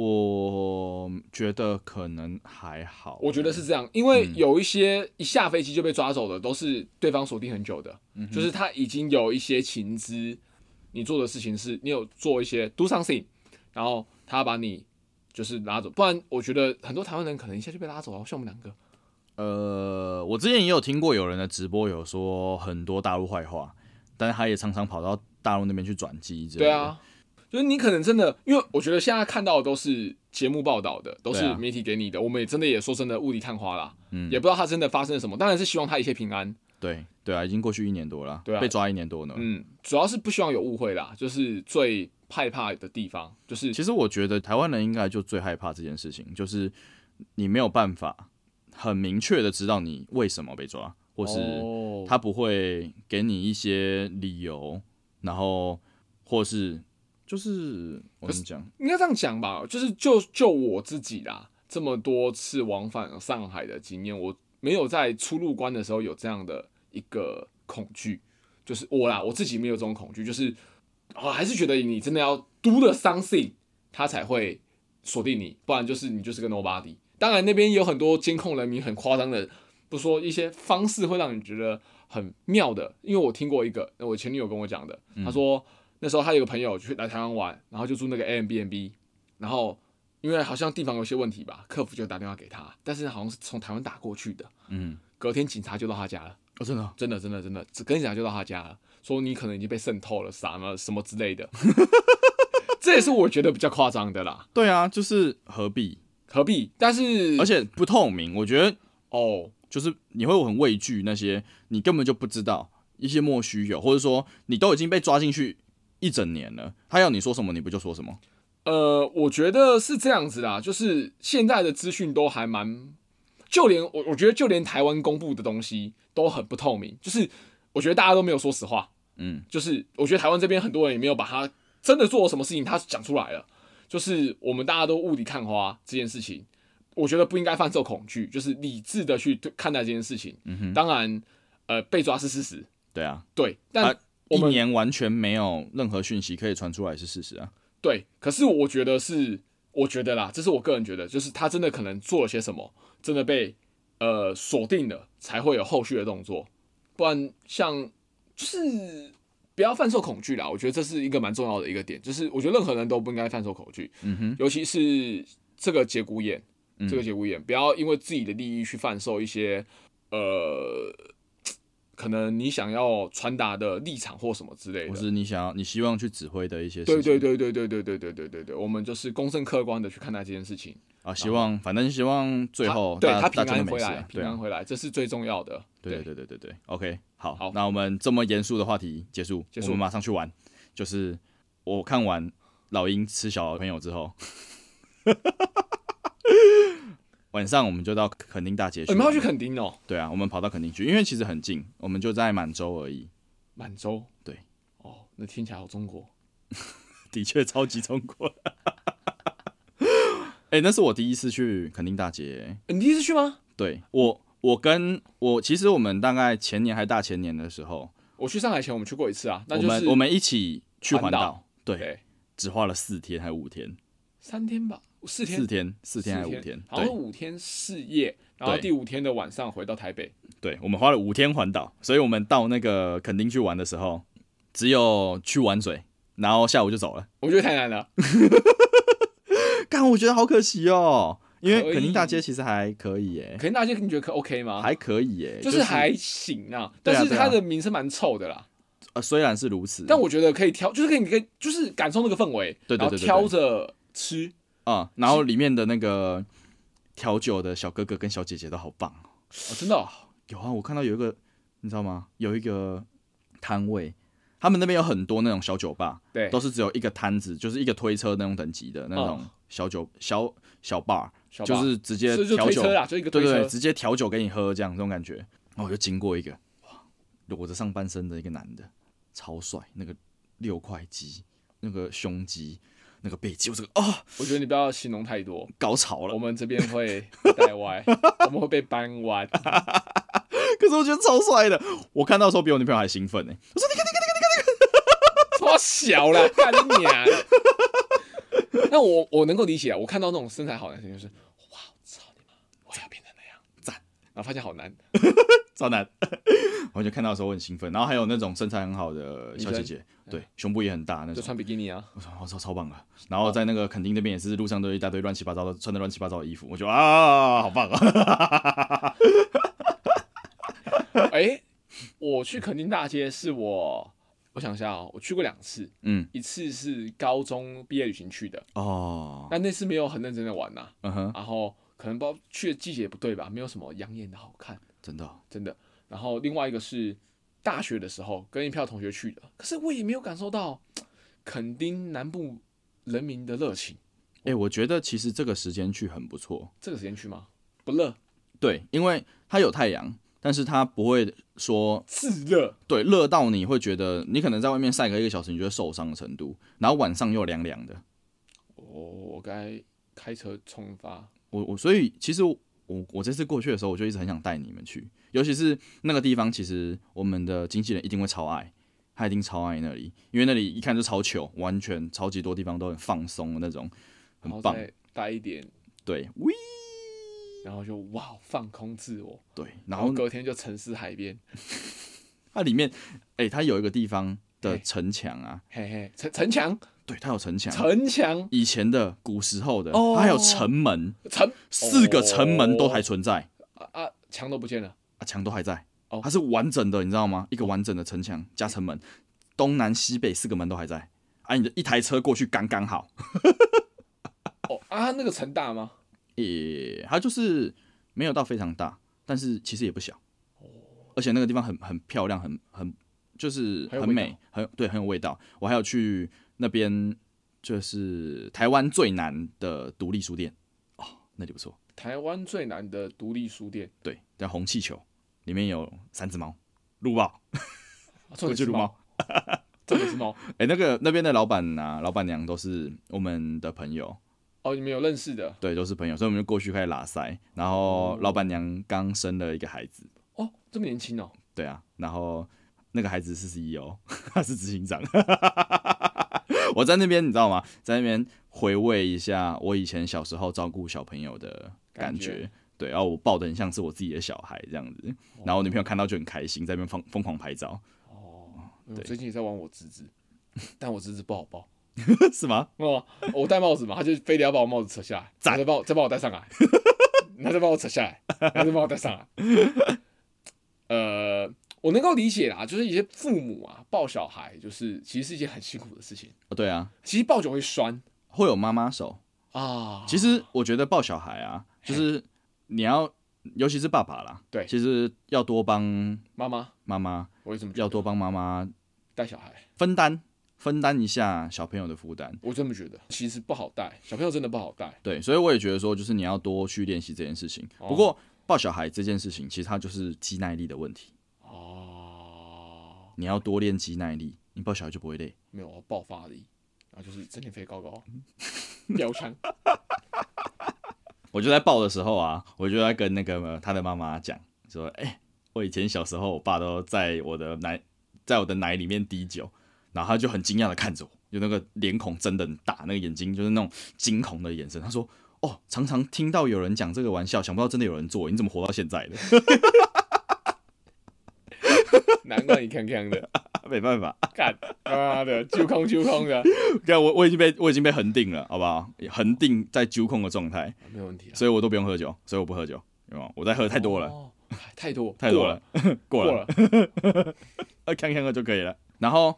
B: 我觉得可能还好，
A: 我觉得是这样，因
B: 嗯
A: 为有一些一下飞机就被抓走的，都是对方锁定很久的，
B: 嗯
A: 就是他已经有一些情资，你做的事情是你有做一些 do something，然后他把你就是拉走，不然我觉得很多台湾人可能一下就被拉走了，像我们两个，
B: 呃，我之前也有听过有人的直播有说很多大陆坏话，但是他也常常跑到大陆那边去转机之类
A: 对
B: 的。
A: 啊，就是你可能真的，因为我觉得现在看到的都是节目报道的，都
B: 对
A: 是
B: 啊
A: 媒体给你的，我们也真的也说真的雾里看花啦，
B: 嗯
A: 也不知道他真的发生了什么，当然是希望他一切平安，
B: 对对啊，已经过去一年多了，
A: 对啊
B: 被抓一年多呢。
A: 嗯，主要是不希望有误会啦，就是最害怕的地方就是。
B: 其实我觉得台湾人应该就最害怕这件事情，就是你没有办法很明确的知道你为什么被抓，或是
A: 哦
B: 他不会给你一些理由，然后或是就是我怎么讲，
A: 应该这样讲吧，就是就就我自己啦，这么多次往返上海的经验，我没有在出入关的时候有这样的一个恐惧，就是我啦，我自己没有这种恐惧，就是我、还是觉得你真的要 do the something，他才会锁定你，不然就是你就是个 nobody。当然那边有很多监控人民很夸张的，不说一些方式会让你觉得很妙的，因为我听过一个，我前女友跟我讲的，她说那时候她有个朋友去来台湾玩，然后就住那个 a m b n b 然后因为好像地方有些问题吧，客服就打电话给她，但是好像是从台湾打过去的，
B: 嗯，
A: 隔天警察就到她家了。
B: 哦，真的哦、
A: 真的真的真的，只跟你讲就到他家了，说你可能已经被渗透了，啥么什么之类的， 这也是我觉得比较夸张的啦，
B: 对啊，就是何必，
A: 何必？但是
B: 而且不透明，我觉得
A: 哦，
B: 就是你会很畏惧那些你根本就不知道一些莫须有，或者说你都已经被抓进去一整年了，他要你说什么你不就说什么？
A: 呃，我觉得是这样子啦，就是现在的资讯都还蛮，就连我我觉得就连台湾公布的东西都很不透明，就是我觉得大家都没有说实话，
B: 嗯，
A: 就是我觉得台湾这边很多人也没有把他真的做了什么事情，他讲出来了，就是我们大家都雾里看花这件事情，我觉得不应该犯这种恐惧，就是理智的去对看待这件事情。
B: 嗯哼
A: 当然，呃，被抓是事实，
B: 对啊。
A: 对，但、
B: 啊
A: 我
B: 一
A: 们
B: 年完全没有任何讯息可以传出来是事实啊。
A: 对，可是我觉得是，我觉得啦，这是我个人觉得，就是他真的可能做了些什么，真的被呃锁定了，才会有后续的动作，不然像就是不要贩售恐惧啦，我觉得这是一个蛮重要的一个点，就是我觉得任何人都不应该贩售恐惧，
B: 嗯哼，
A: 尤其是这个节骨眼，
B: 嗯
A: 这个节骨眼，不要因为自己的利益去贩售一些呃。可能你想要传达的立场或什么之类的，
B: 或是你想要你希望去指挥的一些事情，
A: 对对对对对对对对对对对，我们就是公正客观的去看待这件事情。
B: 啊，希望反正希望最后
A: 他
B: 大
A: 对他
B: 大
A: 平
B: 家都
A: 安
B: 没
A: 回
B: 事
A: 来
B: 啊，，对
A: 平安
B: 啊，
A: 回来，这是最重要的。
B: 对对对对对对，OK，好，
A: 好
B: 那我们这么严肃的话题结束，
A: 结束
B: 我们马上去玩，就是我看完老鹰吃小朋友之后。 晚上我们就到垦丁大街去
A: 你，们要去垦丁哦，
B: 对啊，我们跑到垦丁去，因为其实很近，我们就在满洲而已，
A: 满洲。
B: 对，
A: 哦，那听起来好中国。
B: 的确超级中国 的。哎、那是我第一次去垦丁大街。
A: 呃你第一次去吗？
B: 对我，我跟我其实我们大概前年还大前年的时候，
A: 我去上海前我们去过一次啊，那
B: 我
A: 就
B: 们
A: 是
B: 我们一起去环
A: 环岛
B: 岛，对，
A: 对
B: 只花了四天还五天，
A: 三天吧，四天
B: 四天，四天还是五天？
A: 好像是
B: 对
A: 五天四夜，然后
B: 对
A: 第五天的晚上回到台北。
B: 对，我们花了五天环岛，所以我们到那个垦丁去玩的时候，只有去玩水，然后下午就走了。
A: 我觉得太难了，
B: 但我觉得好可惜哦，因
A: 可
B: 为
A: 以
B: 垦丁大街其实还可以耶、
A: 可能大家你觉得可 OK 吗？
B: 还可以耶、
A: 就是
B: 是
A: 还行啊，
B: 对啊
A: 但是
B: 对
A: 它
B: 啊
A: 的名声蛮臭的啦。
B: 呃，虽然是如此，
A: 但我觉得可以挑，就是可以，你可以就是感受那个氛围，
B: 对对对
A: 然后
B: 对对
A: 挑着吃。
B: 啊、然后里面的那个调酒的小哥哥跟小姐姐都好棒哦。
A: 哦，真的哦、
B: 有啊，我看到有一个，你知道吗？有一个摊位，他们那边有很多那种小酒吧，
A: 对哦
B: 都，是只有一个摊子，就是一个推车那种等级的那种小酒、小小 bar，
A: 小
B: 就
A: 吧
B: 是直接
A: 所以就
B: 调
A: 推
B: 酒，
A: 车啦，啊就一个
B: 对
A: 推车。
B: 对，直接调酒给你喝这样这种感觉。然后我就经过一个，哇，裸着上半身的一个男的，超帅，那个六块肌，那个胸肌，那个背肌，我这个哦，
A: 我觉得你不要形容太多，
B: 高潮了
A: 我。们这边会带歪，我们会被搬弯。
B: 可是我觉得超帅的，我看到的时候比我女朋友还兴奋欸呢、
A: 超小啦，干你娘！那我我能够理解啊，我看到那种身材好男生就是，哇，操你妈，我也要变成那样，
B: 赞！
A: 然后发现好难，
B: 渣男。 我就看到的时候我很兴奋，然后还有那种身材很好的小姐姐，对，胸部也很大那
A: 就
B: 种，
A: 穿比基尼啊，
B: 我说我操超棒了。然后在那个垦丁那边也是路上都有一大堆乱七八糟的穿的乱七八糟的衣服，我就啊好 棒啊！
A: 哎、我去垦丁大街是我，我想一下啊、我去过两次，
B: 嗯，
A: 一次是高中毕业旅行去的，
B: 哦，
A: 但那次没有很认真的玩呐、
B: 嗯哼，
A: 然后可能不知道去的季节不对吧，没有什么养眼的好看，
B: 真的哦
A: 真的。然后另外一个是大学的时候跟一票同学去的，可是我也没有感受到垦丁南部人民的热情。
B: 哎、我觉得其实这个时间去很不错，
A: 这个时间去吗？不热，
B: 对，因为它有太阳，但是它不会说
A: 炙热，
B: 对热到你会觉得你可能在外面晒个一个小时你就会受伤的程度，然后晚上又凉凉的，
A: 哦，我该开车冲发。
B: 我我所以其实我我这次过去的时候，我就一直很想带你们去，尤其是那个地方，其实我们的经纪人一定会超爱，他一定超爱那里，因为那里一看就超球，完全超级多地方都很放松的那种，
A: 然后
B: 很棒。
A: 再带一点，
B: 对，喂，
A: 然后就哇，放空自我，
B: 对，然
A: 然后
B: 后
A: 隔天就沉思海边，
B: 它里面，哎、它有一个地方的
A: 嘿
B: 城墙啊，
A: 嘿嘿，城城墙，
B: 对，它有城墙，
A: 城墙，
B: 以前的古时候的，
A: 哦
B: 它还有城门，
A: 城
B: 四个城门都还存在，
A: 啊啊，墙都不见了，
B: 啊，墙都还在。
A: 哦
B: 它是完整的，你知道吗？一个完整的城墙加城门，东南西北四个门都还在。啊，你的一台车过去刚刚好。
A: 哦啊，那个城大吗？
B: 也，它就是没有到非常大，但是其实也不小。
A: 哦
B: 而且那个地方很很漂亮，很很就是
A: 很有
B: 很
A: 味
B: 美，很对，很有味道。我还有去那边，就是台湾最南的独立书店哦，那里不错。
A: 台湾最南的独立书店，
B: 对，叫红气球，里面有三只猫，鹿豹，
A: 啊重点
B: 过去
A: 是
B: 鹿
A: 猫
B: 猫，，
A: 重点是猫。
B: 哎、那个那边的老板啊，老板娘都是我们的朋友，
A: 哦，你们有认识的
B: 对，都是朋友，所以我们就过去开始拉塞。然后老板娘刚生了一个孩子，
A: 哦，这么年轻哦，
B: 对啊，然后那个孩子是 CEO，他是执行长。 我在那边你知道吗？在那边回味一下我以前小时候照顾小朋友的感觉。哦
A: 感觉
B: 对，然后我抱的很像是我自己的小孩这样子，然后我女朋友看到就很开心，在那边疯疯狂拍照，
A: 哦我最近也在玩我侄子，但我侄子不好抱。
B: 是吗？
A: 哦，我戴帽子嘛，他就非得要把我帽子扯下来，然后再帮我再帮我戴 上来，然后再帮我扯下来，然后再帮我戴上来。呃，我能够理解啦，就是一些父母啊抱小孩，就是其实是一件很辛苦的事情，
B: 哦，对啊，
A: 其实抱久会酸
B: 会有妈妈手，
A: 啊。
B: 其实我觉得抱小孩啊，就是你要，尤其是爸爸啦，
A: 对
B: 其实要多帮
A: 妈妈，
B: 妈妈，
A: 我也这么觉
B: 要
A: 得，
B: 多帮妈妈
A: 带小孩，
B: 分担分担一下小朋友的负担。
A: 我这么觉得，其实不好带，小朋友真的不好带。
B: 对，所以我也觉得说，就是你要多去练习这件事情。
A: 哦
B: 不过抱小孩这件事情，其实它就是肌耐力的问题，
A: 哦，
B: 你要多练肌耐力，你抱小孩就不会累。
A: 没有我爆发力，然后就是整天飞高高，
B: 嗯
A: 标枪。
B: 我就在抱的时候啊，我就在跟那个呃他的妈妈讲说，哎、我以前小时候，我爸都在我的奶，在我的奶里面滴酒，然后他就很惊讶的看着我，就那个脸孔真的很大，那个眼睛就是那种惊恐的眼神。他说：“哦，常常听到有人讲这个玩笑，想不到真的有人做，你怎么活到现在的？
A: 难怪你康康的，
B: 没办法，
A: 干妈的揪空揪空 的，
B: 看我我已经被我已经被恒定了，好不好？恒定在揪控的状态，
A: 没有问题啊。
B: 所以我都不用喝酒，所以我不喝酒，有没有？我在 喝太多了，
A: 哦，太多
B: 太多了， 过
A: 过
B: 了
A: 了，
B: 呃，看看看就可以了。然后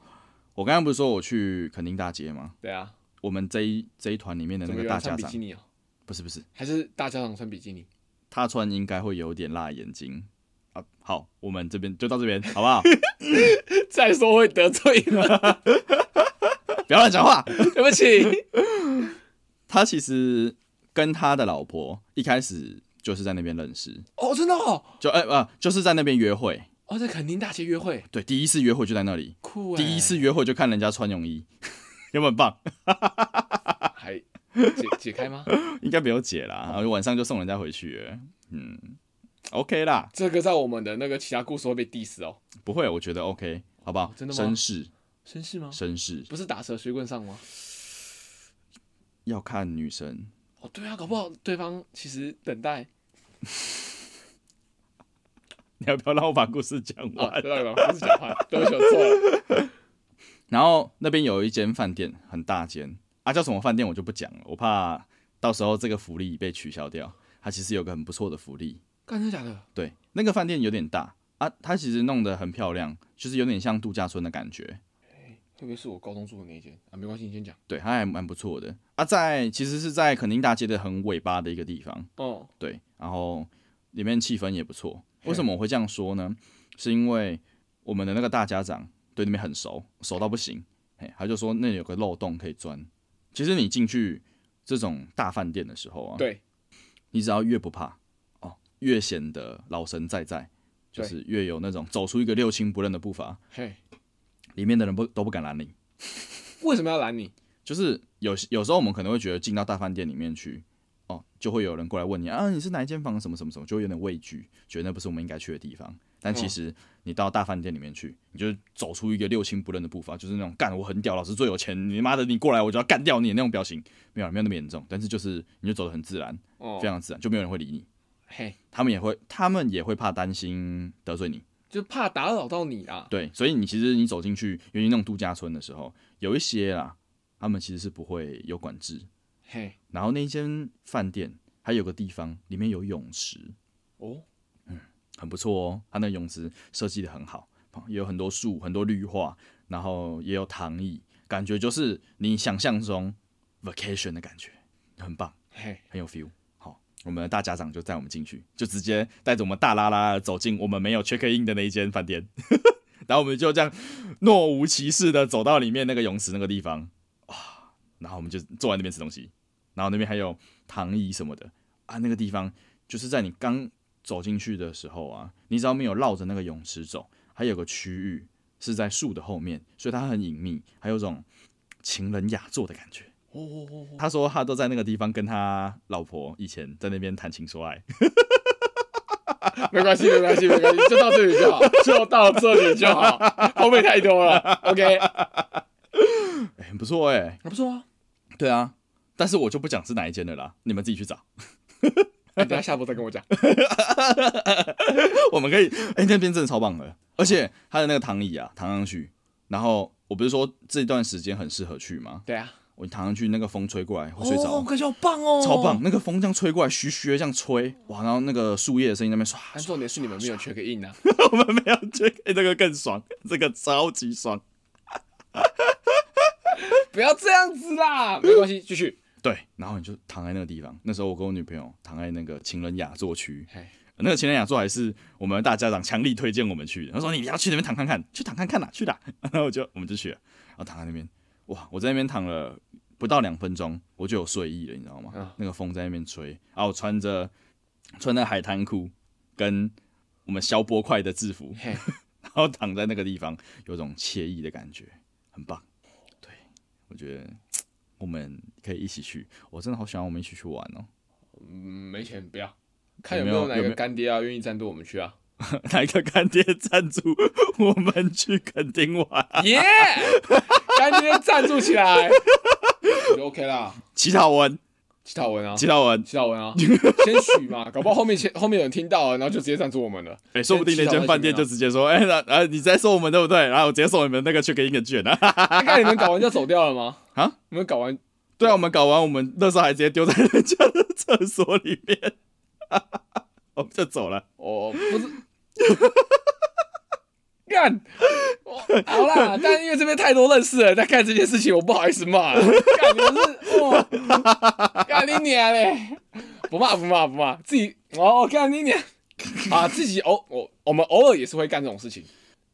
B: 我刚刚不是说我去垦丁大街吗？
A: 对啊，
B: 我们这一这一团里面的
A: 怎
B: 那
A: 么
B: 个
A: 有
B: 大
A: 人
B: 家
A: 穿比
B: 长
A: 基，尼啊？
B: 不是不是，
A: 还是大家长穿比基尼？
B: 他穿应该会有点辣眼睛啊。好，我们这边就到这边，好不好？
A: 再说会得罪人，
B: 不要乱讲话。
A: 对不起。
B: 他其实跟他的老婆一开始就是在那边认识，
A: 哦，真的哦，
B: 就哎啊、呃就是在那边约会。
A: 哦，在垦丁大街约会，
B: 对，第一次约会就在那里，
A: 酷哎！
B: 第一次约会就看人家穿泳衣， 有没有很棒？
A: 还解解开吗？
B: 应该没有解啦，然后晚上就送人家回去了。嗯，OK 啦，
A: 这个在我们的那个其他故事会被 diss 哦，
B: 不会，我觉得 OK，好不好？
A: 真的吗哦
B: 绅士，
A: 绅士吗？
B: 绅士
A: 不是打蛇随棍上吗？
B: 要看女生，
A: 哦，对啊，搞不好对方其实等待
B: 你 要不要让我把故事讲完？
A: 啊，知道了，不是讲话， 对不啊起，我错了。
B: 然后那边有一间饭店，很大间啊，叫什么饭店我就不讲了，我怕到时候这个福利被取消掉。它其实有个很不错的福利，
A: 干真的假的？
B: 对，那个饭店有点大啊，它其实弄得很漂亮，就是有点像度假村的感觉。
A: 会不会是我高中住的那一间啊？没关系，你先讲。
B: 对，它还蛮不错的啊在，其实是在垦丁大街的很尾巴的一个地方，
A: 哦，
B: 对，然后里面气氛也不错。
A: 嘿
B: 为什么我会这样说呢？是因为我们的那个大家长对那边很熟，熟到不行。嘿，他就说那里有个漏洞可以钻。其实你进去这种大饭店的时候啊，
A: 对，
B: 你只要越不怕哦，越显得老神在在，就
A: 对
B: 是越有那种走出一个六亲不认的步伐，
A: 嘿，
B: 里面的人不都不敢拦你。
A: 为什么要拦你？
B: 就是有有时候我们可能会觉得进到大饭店里面去，哦，就会有人过来问你啊，你是哪一间房，什么什么什么，就会有点畏惧，觉得那不是我们应该去的地方。但其实你到大饭店里面去，你就走出一个六亲不认的步伐，就是那种干我很屌，老子最有钱，你妈的你过来我就要干掉你那种表情，没有没有那么严重，但是就是你就走得很自然，
A: 哦
B: 非，常自然，就没有人会理你。
A: 嘿，
B: 他们也会，他们也会怕担心得罪你，
A: 就怕打扰到你啊。
B: 对，所以你其实你走进去，尤其那种度假村的时候，有一些啦，他们其实是不会有管制，
A: 嘿，
B: 然后那间饭店还有个地方里面有泳池，
A: 哦，
B: 很不错哦。它那个泳池设计的很好，哦也有很多树、很多绿化，然后也有躺椅，感觉就是你想象中 vacation 的感觉，很棒，
A: 嘿，
B: 很有 feel。好，我们的大家长就带我们进去，就直接带着我们大拉拉走进我们没有 check in 的那一间饭店， 然后我们就这样若无其事的走到里面那个泳池那个地方，啊然后我们就坐在那边吃东西，然后那边还有躺椅什么的啊，那个地方就是在你刚走进去的时候啊，你只要没有绕着那个泳池走，还有个区域是在树的后面，所以它很隐秘，还有种情人雅座的感觉。
A: 哦哦哦哦，
B: 他说他都在那个地方跟他老婆以前在那边谈情说爱，
A: 没关系，没关系，没关系，就到这里 就好，就到这里就好，后面太多了。OK，
B: 哎、很不错哎、
A: 还不错啊。
B: 对啊，但是我就不讲是哪一间的啦，你们自己去找。
A: 你哎等一下下播再跟我讲。
B: 我们可以，哎、那边真的超棒的，而且他的那个躺椅啊，躺上去，然后我不是说这段时间很适合去吗？
A: 对啊，
B: 我躺上去，那个风吹过来会睡着，
A: 哦，感觉好棒哦，
B: 超棒！。那个风这样吹过来，徐徐的这样吹，哇，然后那个树叶的声音在那边唰，
A: 但重点是你们没有 check in 啊，
B: 我们没有吹，哎，这个更爽，这个超级爽。
A: 不要这样子啦，没关系，继续。
B: 对，然后你就躺在那个地方。那时候我跟我女朋友躺在那个情人雅座区，
A: 嘿，
B: 那个情人雅座还是我们大家长强力推荐我们去的。他说你要去那边躺看看，去躺看看啦，去啦。 然后我就我们就去了，然后躺在那边，哇，我在那边躺了不到两分钟，我就有睡意了，你知道吗？
A: 嗯
B: 那个风在那边吹，然后我穿着穿着海滩裤跟我们消波块的制服，
A: 嘿，
B: 然后躺在那个地方，有种惬意的感觉，很棒。对，我觉得我们可以一起去，我真的好喜欢我们一起去玩哦。
A: 嗯，没钱不要，看
B: 有
A: 有
B: 没
A: 没
B: 有
A: 有哪
B: 有没
A: 个
B: 有
A: 干爹啊愿意赞助我们去啊。
B: 哪一个干爹赞助我们去垦丁玩？
A: 耶！干爹赞助起来，我就 OK 啦。
B: 乞讨文，
A: 齐讨文啊，
B: 乞讨文，
A: 齐讨文啊，先许嘛，搞不好后面前后面有人听到了，然后就直接赞助我们了。
B: 哎、说不定那间饭店就直接说，哎、那啊，你在送我们对不对？然后我直接送你们那个去给你个券啊。
A: 大概你们搞完就走掉了吗？
B: 啊，
A: 你们搞完
B: 对啊，我们搞完，我们那时候还直接丢在人家的厕所里面， 我们就走了。
A: 哦，不是，干，我好啦，但因为这边太多认识了，在干这件事情，我不好意思骂了。干，你们是哦，干你娘嘞！不骂不骂不骂，自己哦，干你娘啊，自己偶我我们偶尔也是会干这种事情。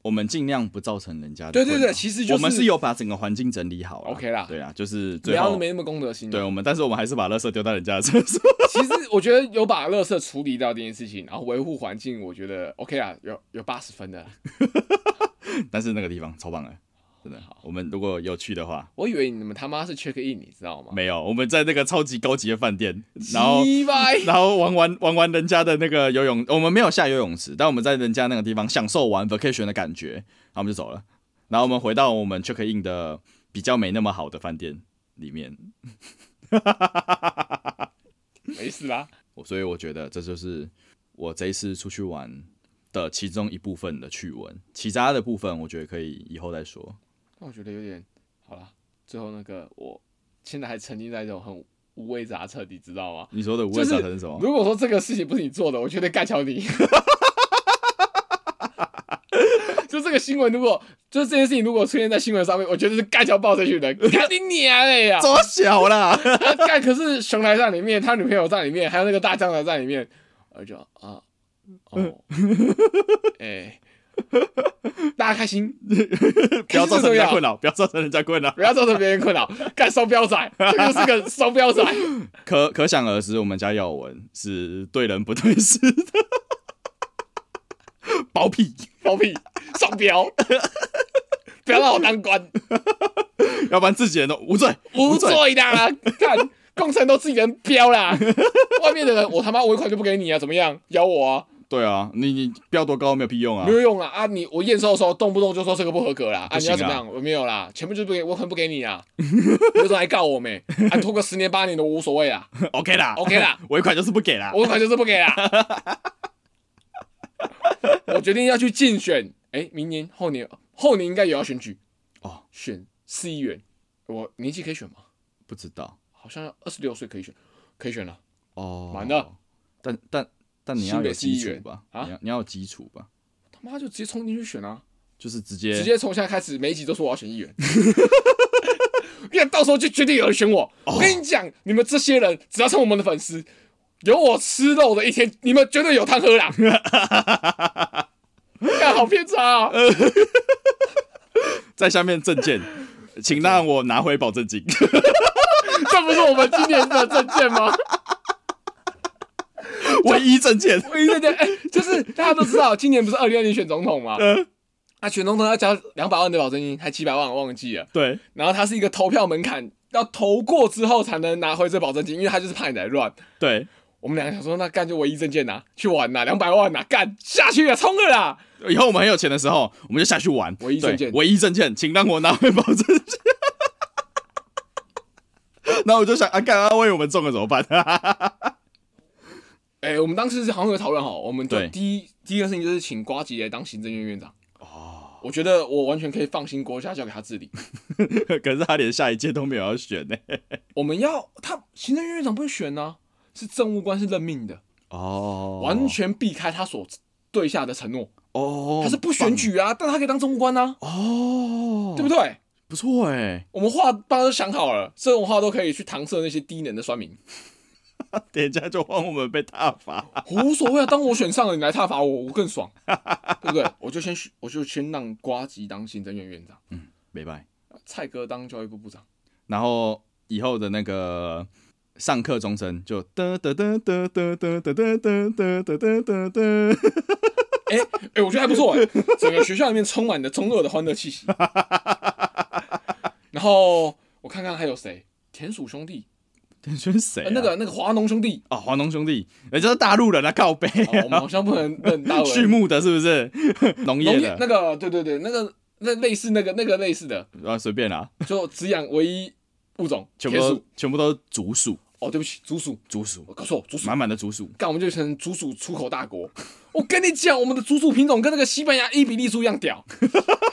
B: 我们尽量不造成人家的
A: 对对
B: 困
A: 对
B: 扰
A: 其实就是
B: 我们是有把整个环境整理好啦
A: OK 啦
B: 对啊，就是
A: 不
B: 最
A: 要
B: 后
A: 没那么公德心、
B: 对我们，但是我们还是把垃圾丢到人家的厕所。
A: 其实我觉得有把垃圾处理掉这件事情，然后维护环境，我觉得 OK 啊，有有八十分的啦。
B: 但是那个地方超棒的，真的。我们如果有去的话，
A: 我以为你们他妈是 check in，你知道吗？
B: 没有，我们在那个超级高级的饭店，然后
A: 鸡掰
B: 然后玩玩玩玩人家的那个游泳，我们没有下游泳池，但我们在人家那个地方享受玩 vacation 的感觉，然后我们就走了。然后我们回到我们 check in 的比较没那么好的饭店里面，
A: 没事啦。
B: 我所以我觉得这就是我这一次出去玩的其中一部分的趣闻，其他的部分我觉得可以以后再说。
A: 但我觉得有点好啦。最后那个，我现在还沉浸在这种很五味杂陈，你知道吗？
B: 你说的无
A: 就
B: 畏
A: 是
B: 沙城是什么？
A: 如果说这个事情不是你做的，我绝对干掉你。 就这个新闻，如果就是这件事情，如果出现在新闻上面，我觉得是干掉爆这群人，干你娘嘞 呀！
B: 多啊小啦！
A: 干，可是熊来在里面，他女朋友在里面，还有那个大将来在里面，我就啊， 哦，哎、大家开心，
B: 不要造成人家困
A: 扰，
B: 扰，不要造成人家困扰。
A: 不要造成别人困扰。干双标仔，这就是个双标仔。
B: 可可想而知，我们家耀文是对人不对事的， 包庇。
A: 包庇，双标，不要让我当官，
B: 要不然自己人都无罪
A: 无
B: 罪。
A: 罪的啦！看，共产都自己人标啦，外面的人我他妈尾款就不给你啊，怎么样？咬我啊，
B: 对啊，你你标多高没有屁用啊
A: 没。有用啊！啊，你我验收的时候动不动就说这个不合格啦，啊，
B: 不
A: 你
B: 行啊
A: 要怎么样？我没有啦，全部就不给，我很不给你啊，有种还告我没？啊，拖个十年八年的我无所谓啊啦，
B: OK 啦
A: OK 啦，
B: 尾款就是不给啦。
A: 尾款就是不给啦。我决定要去竞选，哎、明年后年后年应该也要选举
B: 哦，
A: 选市议员，我年纪可以选吗？
B: 不知道
A: 好像二十六岁可以选，可以选了。
B: 哦，
A: 完了。
B: 但但但你要
A: 新
B: 有
A: 北市议
B: 基础
A: 员
B: 吧？
A: 啊
B: 你要你要有基础吧？
A: 他妈就直接冲进去选啊！
B: 就是直接
A: 直接从现在开始，每一集都说我要选议员。 因为到时候就决定有人选我。我跟你讲，你们这些人只要是我们的粉丝，有我吃肉的一天，你们绝对有汤喝啦。看，好偏差啊！
B: 在下面证件，请让我拿回保证金。
A: 这不是我们今年的证件吗？
B: 唯一证件，
A: 我一直觉得，哎、就是大家都知道，今年不是二零二零选总统吗？啊，选总统要交两百万的保证金，还七百万，忘记了。
B: 对，
A: 然后它是一个投票门槛，要投过之后才能拿回这保证金，因为他就是怕你来乱。
B: 对，
A: 我们两个想说，那干就唯一证件呐、去玩呐、两百万呐、干下去啊，冲了啦！
B: 以后我们很有钱的时候，我们就下去玩。
A: 唯一证件
B: 对唯一证件，请让我拿回保证金。 然后我就想，啊，干阿威，我们中了怎么办？
A: 哎、我们当时是好像有讨论好，我们就
B: 对
A: 第一第一个事情就是请瓜吉来当行政院院长。
B: 哦，
A: 我觉得我完全可以放心国家交给他治理。
B: 可是他连下一届都没有要选 呢。
A: 我们要他行政院院长不会选呐、是政务官是任命的，
B: 哦
A: 完全避开他所对下的承诺。
B: 哦，
A: 他是不选举啊，但他可以当政务官呐、
B: 哦，
A: 对不对？
B: 不错 哎。
A: 我们话大家都想好了，这种话都可以去搪塞那些低能的酸 民，
B: 等一下就换我们被大罚。
A: 无所谓啊。当我选上了，你来挞伐我，我更 爽，对不对？我就先选我就先让瓜吉当行政院院长，
B: 没拜。
A: 蔡哥当教育部部长，
B: 然后以后的那个上课钟声就哒哒哒哒哒哒哒哒哒哒哒哒哒哒。
A: 哎、哎、我觉得还不错 哎、整个学校里面充满了中二的欢乐气息。然后我看看还有谁，田鼠兄弟，
B: 甜圈谁啊、
A: 呃那个那个华农兄弟，
B: 啊，华农兄弟，人家是大陆人啊，靠背
A: 哦我们好像不能认大
B: 畜
A: 文。
B: 牧的是不 是？
A: 农
B: 农业
A: 业
B: 的
A: 那个，对对对，那个那类似那个那个类似的，
B: 啊，随便啦，
A: 就只养唯一物种
B: 全部
A: 铁鼠
B: 都。全部都是竹鼠，
A: 哦，对不起，竹鼠，
B: 竹鼠，
A: 我搞错，竹鼠。
B: 满满的竹鼠。
A: 干，我们就成竹鼠出口大国。我跟你讲，我们的竹鼠品种跟那个西班牙伊比利树一样屌，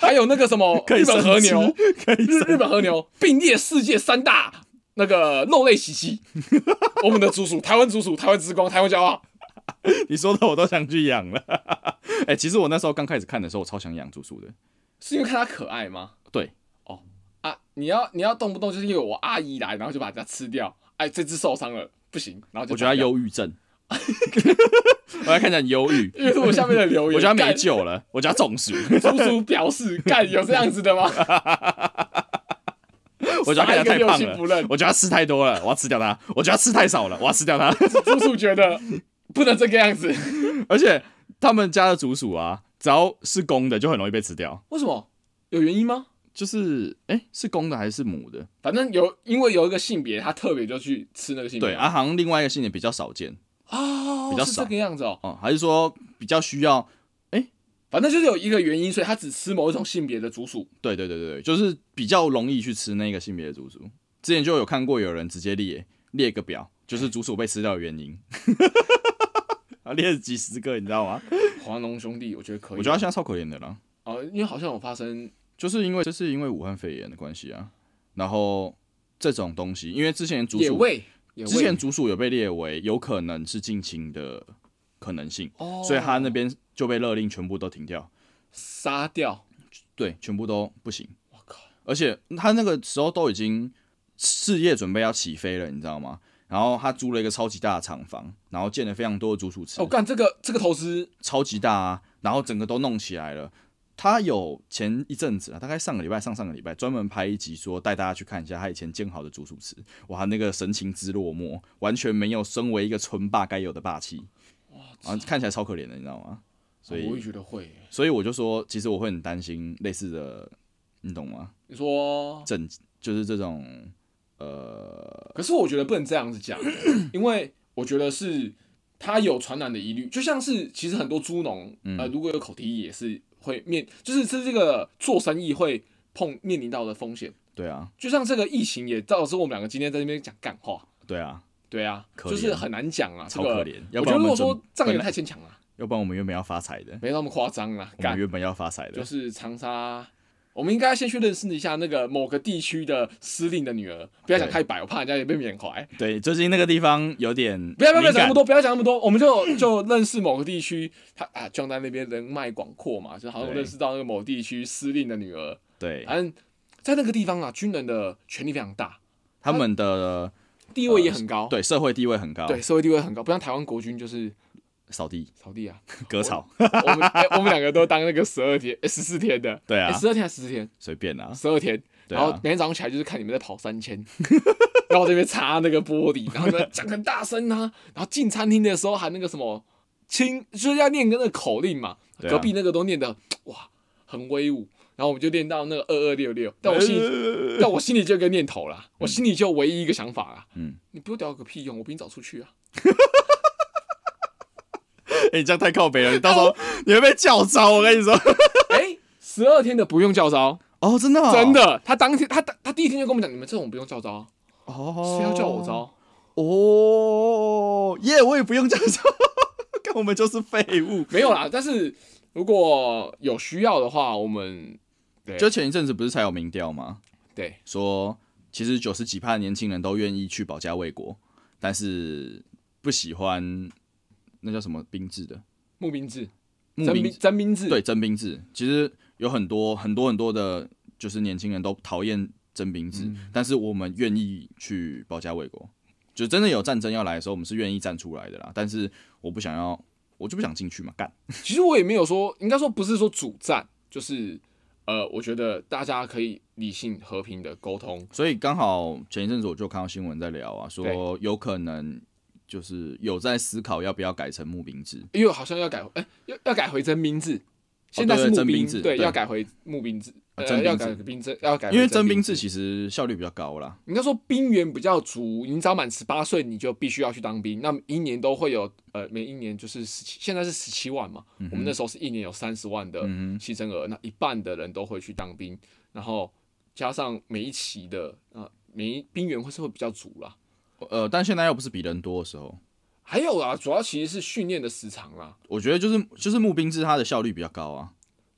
A: 还有那个什么
B: 可以
A: 哦日本和牛
B: 生，可以
A: 日日本和牛并列世界三大那个肉类喜 息。我们的竹鼠，台湾竹鼠，台湾之光，台湾骄傲。
B: 你说的我都想去养了。 哎、其实我那时候刚开始看的时候，我超想养竹鼠的。
A: 是因为看它可爱吗？
B: 对，
A: 啊，你要你要动不动就是因为我阿姨来，然后就把它吃掉。哎，这只受伤了，不行，然后就
B: 我觉得它
A: 拔掉，
B: 忧 郁症，我还看起来很忧郁，
A: 因为是我下面的留
B: 我
A: 言，
B: 觉得它没
A: 干
B: 救了，我觉得它中暑，
A: 竹鼠表示，干有这样子的吗？
B: 我觉得它看起来太
A: 杀
B: 胖
A: 一个六亲不
B: 了
A: 认，
B: 我觉得它吃太多了，我要吃掉它，我觉得它吃太少了，我要吃掉它。
A: 竹鼠觉得不能这个样子，
B: 而且他们家的竹鼠啊，只要是公的就很容易被吃掉，
A: 为什么？有原因吗？
B: 就是哎、是公的还是母的？
A: 反正有，因为有一个性别，他特别就去吃那个性别。
B: 对啊，好像另外一个性别比较少见
A: 哦，
B: 比较
A: 是
B: 少
A: 这个样子哦。
B: 哦，还是说比较需要？
A: 反正就是有一个原因，所以他只吃某一种性别的竹鼠。
B: 对对对对对，就是比较容易去吃那个性别的竹鼠。之前就有看过有人直接列列个表，就是竹鼠被吃掉的原因， 啊，列了几十个，你知道吗？
A: 华农兄弟，我觉得可以。
B: 我觉得他现在超可怜的啦，
A: 哦，因为好像有发生
B: 就是因为这是因为武汉肺炎的关系啊，然后这种东西，因为之前竹
A: 野
B: 鼠
A: 味，野味
B: 之前竹鼠有被列为有可能是近亲的可能性，
A: 哦，
B: 所以他那边就被勒令全部都停掉，
A: 杀
B: 哦
A: 掉。
B: 对，全部都不行。
A: 我靠，
B: 而且他那个时候都已经事业准备要起飞了，你知道吗？然后他租了一个超级大的厂房，然后建了非常多的竹鼠池，
A: 哦，干这个这个投资
B: 超级大啊，然后整个都弄起来了。他有前一阵子啊，大概上个礼拜、上上个礼拜，专门拍一集说带大家去看一下他以前建好的竹鼠池，哇，那个神情之落寞，完全没有身为一个村霸该有的霸气，哇，看起来超可怜的，你知道吗？所
A: 哦我也
B: 以，
A: 觉得会。
B: 所以我就说，其实我会很担心类似的，你懂吗？
A: 你说，
B: 整就是这种，呃，
A: 可是我觉得不能这样子 讲，因为我觉得是它有传染的疑虑，就像是其实很多猪农，
B: 嗯
A: 呃，如果有口蹄疫也是会面，就是是这个做生意会碰面临到的风险。
B: 对啊，
A: 就像这个疫情也导致我们两个今天在那边讲干话，对
B: 对啊，
A: 啊，
B: 可怜
A: 就是很难讲啊，
B: 超可怜
A: 这个、我
B: 要不
A: 觉得
B: 然我
A: 如
B: 们
A: 果
B: 准
A: 说藏也
B: 本来
A: 太牵强了，
B: 要不然我们原本要发财的，
A: 没那么夸张啦，
B: 我们
A: 干
B: 原本要发财
A: 就
B: 的，
A: 是长沙。我们应该先去认识一下那个某个地区的司令的女儿，不要讲
B: 对
A: 太白，我怕人家也被缅怀。
B: 对，最近那个地方有点
A: 不要不要不要讲
B: 敏
A: 那
B: 感
A: 么多，不要讲那么多，我们 就就认识某个地区，他啊，壮丹那边人脉广阔嘛，就好像
B: 对
A: 认识到那个某地区司令的女儿，
B: 对，
A: 反正在那个地方啊，军人的权力非常大，
B: 他们的
A: 地位也很高，
B: 呃对社会地位很高，
A: 对，社会地位很高，不像台湾国军就是
B: 扫地、
A: 扫地啊，
B: 割草，
A: 我 们、哎我们两个都当那个十二天呃十四天的，
B: 对啊
A: 十二天还哎是十四天，
B: 随便啦，
A: 十二天，
B: 对
A: 然
B: 啊
A: 后每天早上起来就是看你们在跑三千， 然后我这边擦那个玻璃，然后呢讲很大声啊，然后进餐厅的时候喊那个什么清，就是要念个那个口令嘛，
B: 对啊
A: 隔壁那个都念的哇很威武，然后我们就练到那个二二六六，但我心里、
B: 呃
A: 但我心里就有一个念头啦，我心里就唯一一个想法啦，
B: 嗯，
A: 你不屌有个屁用，我比你早出去啊，
B: 哎，你这样太靠北了，你到时候你会被叫招，我跟你说，
A: 哎。十二天的不用叫招，
B: 哦，真的哦
A: 真的，他当天他他他第一天就跟我们讲，你们这种不用叫招啊，
B: 哦，
A: 谁要叫我招？
B: 哦，耶，我也不用叫 招，看我们就是废物，
A: 没有啦，但是如果有需要的话，我们对
B: 就前一阵子不是才有民调吗？
A: 对
B: 说其实九十几趴的年轻人都愿意去保家卫国，但是不喜欢那叫什么兵制的
A: 募兵制、
B: 募
A: 征
B: 兵
A: 兵、
B: 制
A: 征兵制，
B: 对征兵制，其实有很多很多很多的，就是年轻人都讨厌征兵制，
A: 嗯
B: 但是我们愿意去保家卫国，就真的有战争要来的时候，我们是愿意站出来的啦。但是我不想要，我就不想进去嘛，干
A: 其实我也没有说，应该说不是说主战，就是呃，我觉得大家可以理性和平的沟通，
B: 所以刚好前一阵子我就看到新闻在聊啊，说有可能就是有在思考要不要改成募兵制。
A: 因为好像要改，哎、要要改回征兵制，现在是募
B: 征
A: 兵
B: 兵制
A: 对，
B: 哦对
A: 要改回募兵制，
B: 啊
A: 呃，
B: 征
A: 要
B: 兵
A: 改
B: 制
A: 回兵制，要改回
B: 因为征
A: 征
B: 兵
A: 制
B: 制，其实效率比较高啦。
A: 应该说兵源比较足，你只要满十八岁，你就必须要去当兵。那么一年都会有，呃，每一年就是十七，现在是十七万嘛，我们那时候是一年有三十万的
B: 嗯
A: 牺牲额，那一半的人都会去当兵，然后加上每一期的，呃，每一兵源会是会比较足啦。
B: 哼，呃，但现在又不是比人多的时候，
A: 还有啊，主要其实是训练的时长啦，
B: 我觉得就是就是募兵制它的效率比较高啊。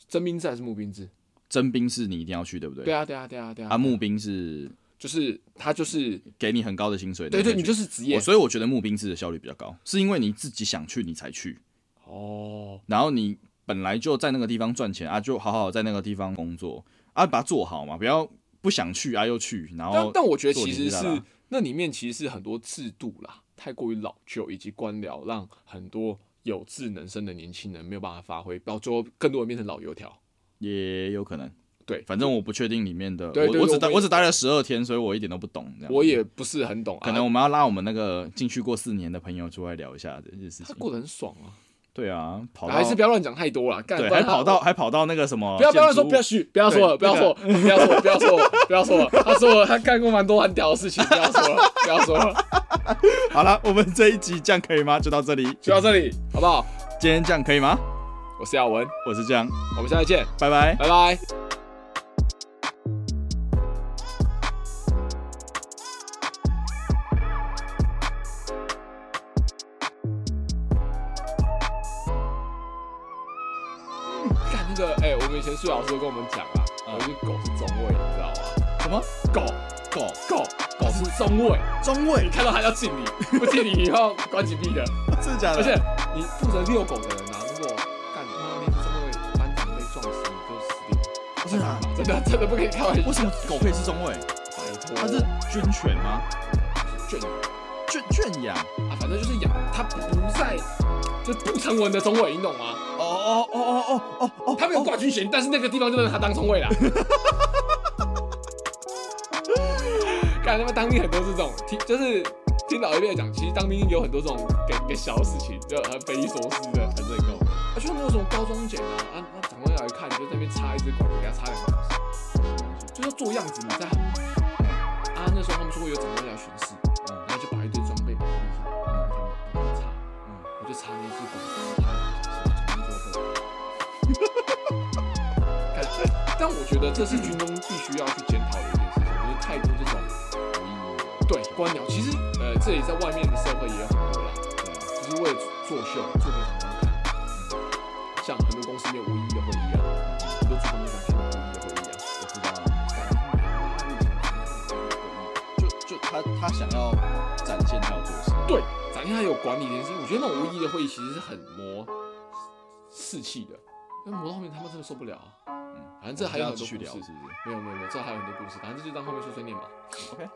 A: 征兵制还是募兵制？
B: 征兵是你一定要去，对不对？
A: 对啊，对啊，对啊，对啊，
B: 啊，募兵是
A: 就是他就是，
B: 给你很高的薪水，
A: 对对，
B: 可以
A: 你
B: 去
A: 就是职
B: 我
A: 业
B: 所以我觉得募兵制的效率比较高，是因为你自己想去你才去，
A: 哦，
B: 然后你本来就在那个地方赚钱啊，就好好在那个地方工作啊，把它做好嘛，不要不想去啊又去，然
A: 但
B: 后
A: 但我觉得
B: 做
A: 其
B: 零
A: 实
B: 日啦
A: 是那里面其实是很多制度啦，太过于老旧以及官僚，让很多有志能生的年轻人没有办法发挥，到最后更多人变成老油条。
B: 也有可能。
A: 对
B: 反正我不确定里面的，
A: 对对
B: 我
A: 对
B: 只待
A: 我也
B: 我只待了十二天，所以我一点都不懂。这样
A: 我也不是很懂啊，
B: 可能我们要拉我们那个进去过四年的朋友出来聊一下这件事
A: 他
B: 情。
A: 过得很爽啊，
B: 对啊，跑到
A: 还是不要乱讲太多了，干
B: 对，
A: 不然
B: 还
A: 他
B: 跑到还跑到那个什么
A: 不要不要乱说，
B: 建筑物
A: 不要嘘，不要说了，不
B: 对
A: 要说了，不要说了，不要说了，不要说了，他说了，他干过蛮多很屌的事情，不要说了，不要说了，
B: 好了，我们这一集这样可以吗？就到这里，
A: 就到这里，好不好？
B: 今天这样可以吗？
A: 我是耀文，
B: 我是这样，
A: 我们下次见，
B: 拜拜。
A: 拜拜。干那个，哎、我们以前数学老师都跟我们讲啊，有一只狗是中位，你知道吗？
B: 什么
A: 狗
B: 狗
A: 狗狗是中位，
B: 中尉
A: 你？看到它要敬你，不敬你以后关紧闭的。
B: 真的假的？
A: 而且你负责遛狗的人啊，如果干他妈那只中位班长被撞死，你就死定了。
B: 不是啊，
A: 真的真的不可以开玩笑
B: 为。什么狗可以是中尉？
A: 拜托，
B: 它是军犬吗？
A: 圈啊，
B: 圈圈养？
A: 反正就是养，它不在，就不成文的中位，你懂吗？
B: 哦哦哦哦哦哦哦，
A: 他没有挂军衔，但是那个地方就让他当中尉啦。干他妈当兵很多是这种，听就是听老一辈讲，其实当兵有很多这种给给小事情，就很匪夷所思的，很认同。啊，就没有什么高中检啊，啊，那长官要来看，你就在那边插一只管子，给他插两个小时，就是做样子你在。啊，那时候他们说会有长官来巡视，
B: 嗯
A: 然后就把一堆装备摆在地上，然后他们插。
B: 嗯
A: 我就插那只狗，插了小时，准备做笨。但我觉得这是军中必须要去检讨的一件事情，就是太多这种
B: 无意义
A: 对官僚，其实呃，这里在外面的社会也有很多啦，对啊，就是为了作秀，做给长官看。像很多公司没有无意义的会议啊，很多主管都想开无意义的会议啊。
B: 我知道啊，就就他他想要展现他要做什么，
A: 对，展现他有管理这件事情，我觉得那种无意义的会议其实是很磨士气的，那磨到后面他们真的受不了啊。
B: 嗯
A: 反正这还有
B: 哦要
A: 很
B: 继
A: 多
B: 续
A: 故
B: 聊
A: 事
B: 是不是
A: 没有没有没有，这还有很多故事，反正这就当后面碎碎念吧。
B: ？OK。